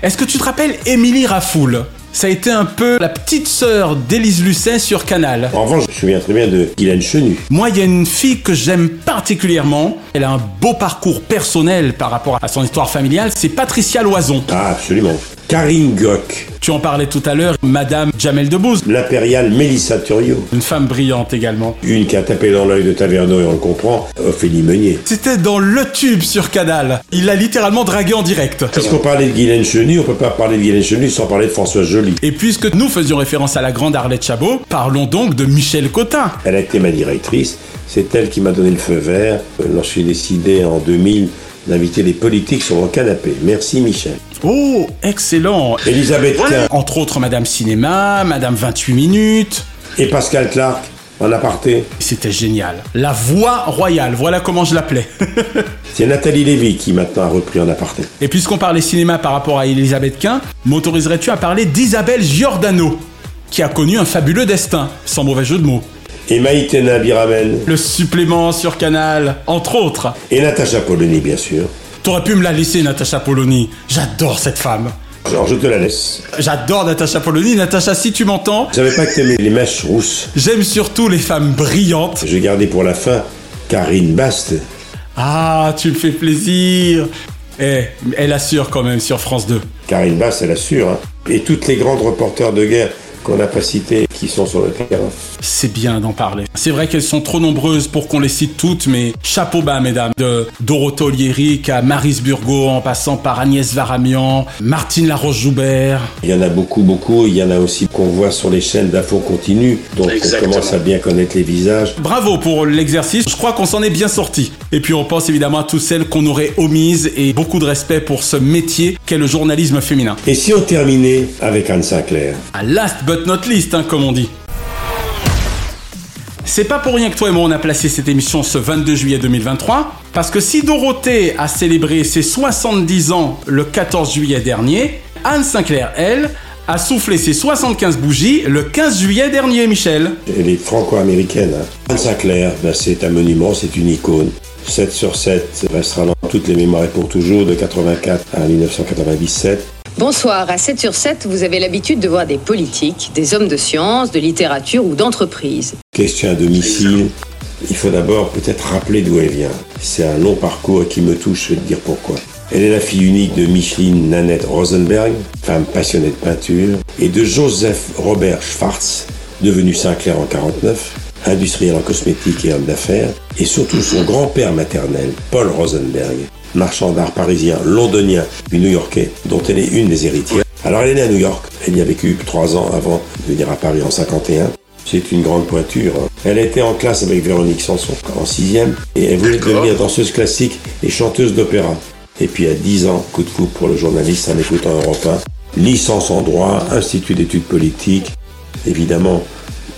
Speaker 2: Est-ce que tu te rappelles Émilie Rafoul Ça a été un peu la petite sœur d'Élise Lucet sur Canal.
Speaker 22: En revanche, je me souviens très bien de Guylaine Chenu.
Speaker 2: Moi, il y a une fille que j'aime particulièrement. Elle a un beau parcours personnel par rapport à son histoire familiale. C'est Patricia Loison.
Speaker 22: Ah, absolument. Karine Gok.
Speaker 2: Tu en parlais tout à l'heure, Madame Jamel Debbouze.
Speaker 22: L'impériale Mélissa Turio.
Speaker 2: Une femme brillante également.
Speaker 22: Une qui a tapé dans l'œil de Taverneau et on le comprend, Ophélie Meunier.
Speaker 2: C'était dans le tube sur Canal. Il l'a littéralement dragué en direct.
Speaker 22: Puisqu'on parlait de Guylaine Chenu, on peut pas parler de Guylaine Chenu sans parler de Françoise Joly.
Speaker 2: Et puisque nous faisions référence à la grande Arlette Chabot, parlons donc de Michel Cotin.
Speaker 22: Elle a été ma directrice, c'est elle qui m'a donné le feu vert euh, lorsque j'ai décidé en 2000 d'inviter les politiques sur mon canapé. Merci Michel.
Speaker 2: Oh, excellent
Speaker 22: Elisabeth Quint
Speaker 2: Entre autres, Madame Cinéma, Madame 28 minutes.
Speaker 22: et Pascal Clark en aparté.
Speaker 2: C'était génial. La voix royale, voilà comment je l'appelais.
Speaker 22: C'est Nathalie Lévy qui maintenant a repris en aparté.
Speaker 2: Et puisqu'on parlait cinéma par rapport à Elisabeth Quint, m'autoriserais-tu à parler d'Isabelle Giordano, qui a connu un fabuleux destin, sans mauvais jeu de mots.
Speaker 22: Et Maïté Nabiramen.
Speaker 2: Le supplément sur Canal, entre autres.
Speaker 22: Et Natacha Polony, bien sûr.
Speaker 2: T'aurais pu me la laisser, Natacha Polony. J'adore cette femme.
Speaker 22: Alors je te la laisse.
Speaker 2: J'adore Natacha Polony. Natacha, si tu m'entends,
Speaker 22: Je savais pas que t'aimais les mèches rousses.
Speaker 2: j'aime surtout les femmes brillantes.
Speaker 22: J'ai gardé pour la fin Karine Bast.
Speaker 2: Ah, tu me fais plaisir. Eh, elle assure quand même sur France 2.
Speaker 22: Karine Bast, elle assure. hein. Et toutes les grandes reporters de guerre qu'on n'a pas citées qui sont sur le terrain.
Speaker 2: C'est bien d'en parler. C'est vrai qu'elles sont trop nombreuses pour qu'on les cite toutes, mais chapeau bas, mesdames. De Dorothe Olieric à Maris Burgot, en passant par Agnès Varamian, Martine Laroche-Joubert.
Speaker 22: Il y en a beaucoup, beaucoup. Il y en a aussi qu'on voit sur les chaînes d'infos continues. Donc
Speaker 26: Exactement.
Speaker 22: on commence à bien connaître les visages.
Speaker 2: Bravo pour l'exercice, je crois qu'on s'en est bien sorti. Et puis on pense évidemment à toutes celles qu'on aurait omises et beaucoup de respect pour ce métier qu'est le journalisme féminin.
Speaker 22: Et si on terminait avec Anne Sinclair
Speaker 2: Ah, Last but not least, hein, comme on dit. C'est pas pour rien que toi et moi on a placé cette émission ce 22 juillet 2023, parce que si Dorothée a célébré ses 70 ans le 14 juillet dernier, Anne Sinclair, elle, a soufflé ses 75 bougies le 15 juillet dernier, Michel.
Speaker 22: Elle est franco-américaine. hein. Anne Sinclair, ben, c'est un monument, c'est une icône. 7 sur 7 restera dans toutes les mémoires et pour toujours de 84 à 1997.
Speaker 12: Bonsoir. À 7 sur 7, vous avez l'habitude de voir des politiques, des hommes de science, de littérature ou d'entreprise.
Speaker 22: Question à domicile. Il faut d'abord peut-être rappeler d'où elle vient. C'est un long parcours qui me touche, je vais te dire pourquoi. Elle est la fille unique de Micheline Nanette Rosenberg, femme passionnée de peinture, et de Joseph Robert Schwartz, devenu Sinclair en 49, industriel en cosmétique et homme d'affaires, et surtout son grand-père maternel, Paul Rosenberg, marchand d'art parisien, londonien, puis new-yorkais, dont elle est une des héritières. Alors elle est née à New York, elle y a vécu trois ans avant de venir à Paris en 51. C'est une grande pointure. hein. Elle était en classe avec Véronique Sanson en sixième et elle voulait
Speaker 26: D'accord.
Speaker 22: devenir danseuse classique et chanteuse d'opéra. Et puis à 10 ans, coup de foudre pour le journaliste en écoutant Europe 1, licence en droit, institut d'études politiques. Évidemment,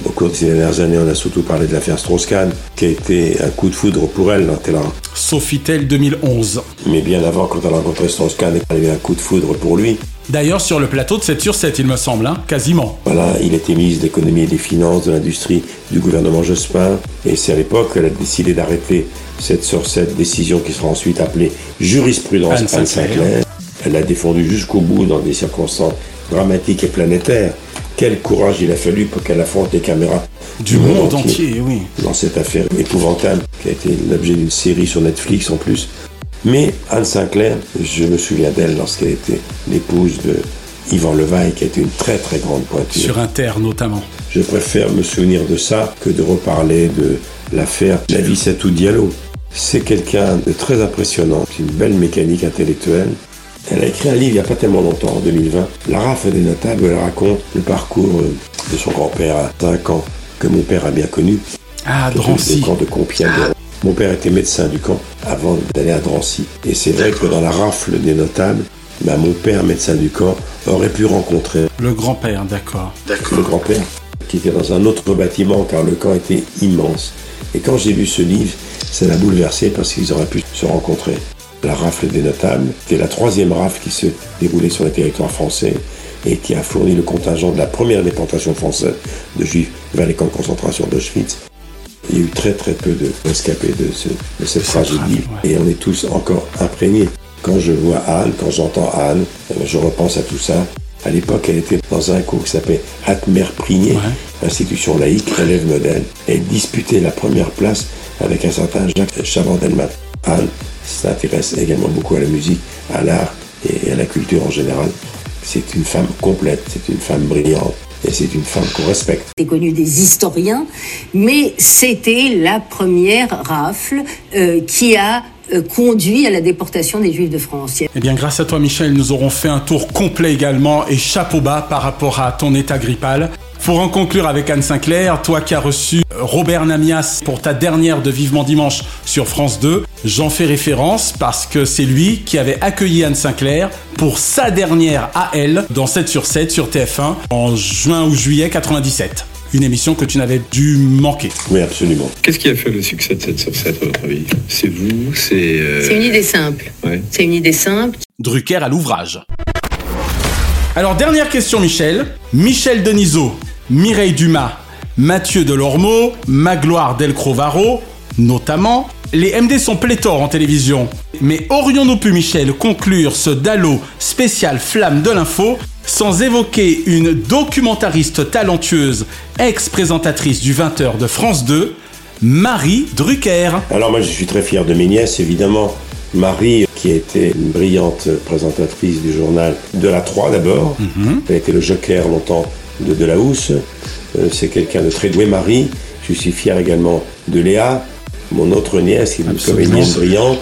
Speaker 22: au cours de ces dernières années, on a surtout parlé de l'affaire Strauss-Kahn, qui a été un coup de foudre pour elle, quand elle a-
Speaker 2: Sofitel 2011.
Speaker 22: mais bien avant, quand elle a rencontré Strauss-Kahn, elle a eu un coup de foudre pour lui.
Speaker 2: D'ailleurs sur le plateau de 7 sur 7, il me semble, hein, quasiment.
Speaker 22: Voilà, il était ministre de l'économie et des finances, de l'industrie, du gouvernement Jospin. Et c'est à l'époque qu'elle a décidé d'arrêter cette sur cette décision qui sera ensuite appelée jurisprudence
Speaker 2: Anne
Speaker 22: Anne
Speaker 2: Sinclair.
Speaker 22: Sinclair. Elle l'a défendue jusqu'au bout dans des circonstances dramatiques et planétaires. Quel courage il a fallu pour qu'elle affronte les caméras
Speaker 2: Du monde entier, oui.
Speaker 22: dans cette affaire épouvantable qui a été l'objet d'une série sur Netflix en plus. Mais Anne Sinclair, je me souviens d'elle lorsqu'elle était l'épouse de Yvan Levaille, qui a été une très très grande pointure.
Speaker 2: Sur Inter notamment.
Speaker 22: Je préfère me souvenir de ça que de reparler de l'affaire Davis Atou Diallo. C'est quelqu'un de très impressionnant, une belle mécanique intellectuelle. Elle a écrit un livre il n'y a pas tellement longtemps, en 2020. La rafle des notables, elle raconte le parcours euh, de son grand-père à 5 ans, que mon père a bien connu,
Speaker 2: Ah,
Speaker 22: qui était
Speaker 2: Drancy.
Speaker 22: du camp de Compiègne. Mon père était médecin du camp avant d'aller à Drancy. Et c'est vrai que dans la rafle des notables, bah, mon père, médecin du camp, aurait pu rencontrer
Speaker 2: Le grand-père, d'accord.
Speaker 22: le grand-père, qui était dans un autre bâtiment car le camp était immense. Et quand j'ai lu ce livre, ça m'a bouleversé parce qu'ils auraient pu se rencontrer. La rafle des notables, qui est la troisième rafle qui se déroulait sur le territoire français et qui a fourni le contingent de la première déportation française de juifs vers les camps de concentration d'Auschwitz. Il y a eu très très peu de rescapés de, ce- de cette tragédie
Speaker 2: drame, ouais.
Speaker 22: et on est tous encore imprégnés. Quand je vois Anne, quand j'entends Anne, euh, je repense à tout ça. À l'époque, elle était dans un cours qui s'appelait Hatmer Prigné, institution laïque, élève modèle, et elle disputait la première place avec un certain Jacques Chaban-Delmas. Anne s'intéresse également beaucoup à la musique, à l'art et à la culture en général. C'est une femme complète, c'est une femme brillante et c'est une femme qu'on respecte.
Speaker 12: C'est connu des historiens, mais c'était la première rafle euh, qui a euh, conduit à la déportation des Juifs de France.
Speaker 2: Eh bien, grâce à toi, Michel, nous aurons fait un tour complet également et chapeau bas par rapport à ton état grippal. Pour en conclure avec Anne Sinclair, toi qui as reçu Robert Namias pour ta dernière de Vivement Dimanche sur France 2, j'en fais référence parce que c'est lui qui avait accueilli Anne Sinclair pour sa dernière à elle dans 7 sur 7 sur TF1 en juin ou juillet 97. Une émission que tu n'avais dû manquer.
Speaker 22: Oui, absolument.
Speaker 6: Qu'est-ce qui a fait le succès de 7 sur 7 à votre avis C'est vous C'est. euh,
Speaker 27: C'est une idée simple.
Speaker 6: ouais.
Speaker 27: C'est une idée simple.
Speaker 2: Drucker à l'ouvrage. Alors, dernière question, Michel. Michel Denisot, Mireille Dumas, Mathieu Delormeau, Magloire Delcrovaro, notamment. Les MD sont pléthores en télévision. Mais aurions-nous pu, Michel, conclure ce Dallo spécial flamme de l'info sans évoquer une documentariste talentueuse, ex-présentatrice du 20h de France 2, Marie Drucker
Speaker 22: Alors moi je suis très fier de mes nièces évidemment. Marie, qui a été une brillante présentatrice du journal de la 3 d'abord, elle a été le joker longtemps de Delahousse, Euh, c'est quelqu'un de très doué Marie, je suis fier également de Léa, mon autre nièce, qui est une
Speaker 28: Absolument.
Speaker 22: comédienne brillante,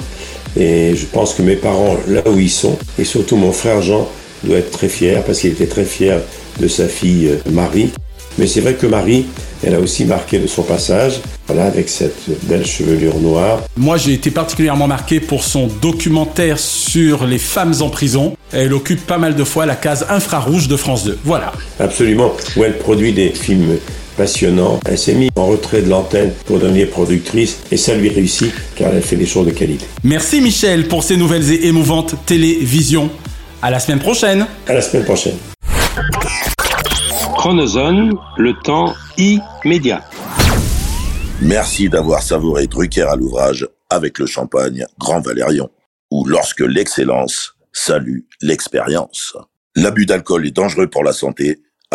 Speaker 22: et je pense que mes parents, là où ils sont, et surtout mon frère Jean, doit être très fier, parce qu'il était très fier de sa fille euh, Marie. Mais c'est vrai que Marie, elle a aussi marqué de son passage, voilà, avec cette belle chevelure noire,
Speaker 2: Moi, j'ai été particulièrement marqué pour son documentaire sur les femmes en prison. Elle occupe pas mal de fois la case infrarouge de France 2. Voilà.
Speaker 22: Absolument, où elle produit des films passionnants. Elle s'est mise en retrait de l'antenne pour devenir productrice et ça lui réussit car elle fait des choses de qualité.
Speaker 2: Merci Michel pour ces nouvelles et émouvantes télévisions. À la semaine prochaine.
Speaker 22: À la semaine prochaine.
Speaker 16: Chronozone, le temps immédiat. Merci d'avoir savouré Drucker à l'ouvrage avec le champagne Grand Valérion, ou lorsque l'excellence salue l'expérience. L'abus d'alcool est dangereux pour la santé,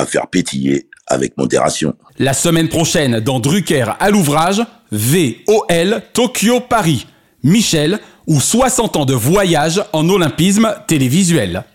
Speaker 16: à faire pétiller avec modération.
Speaker 2: La semaine prochaine, dans Drucker à l'ouvrage, VOL Tokyo Paris. Michel ou 60 ans de voyage en olympisme télévisuel.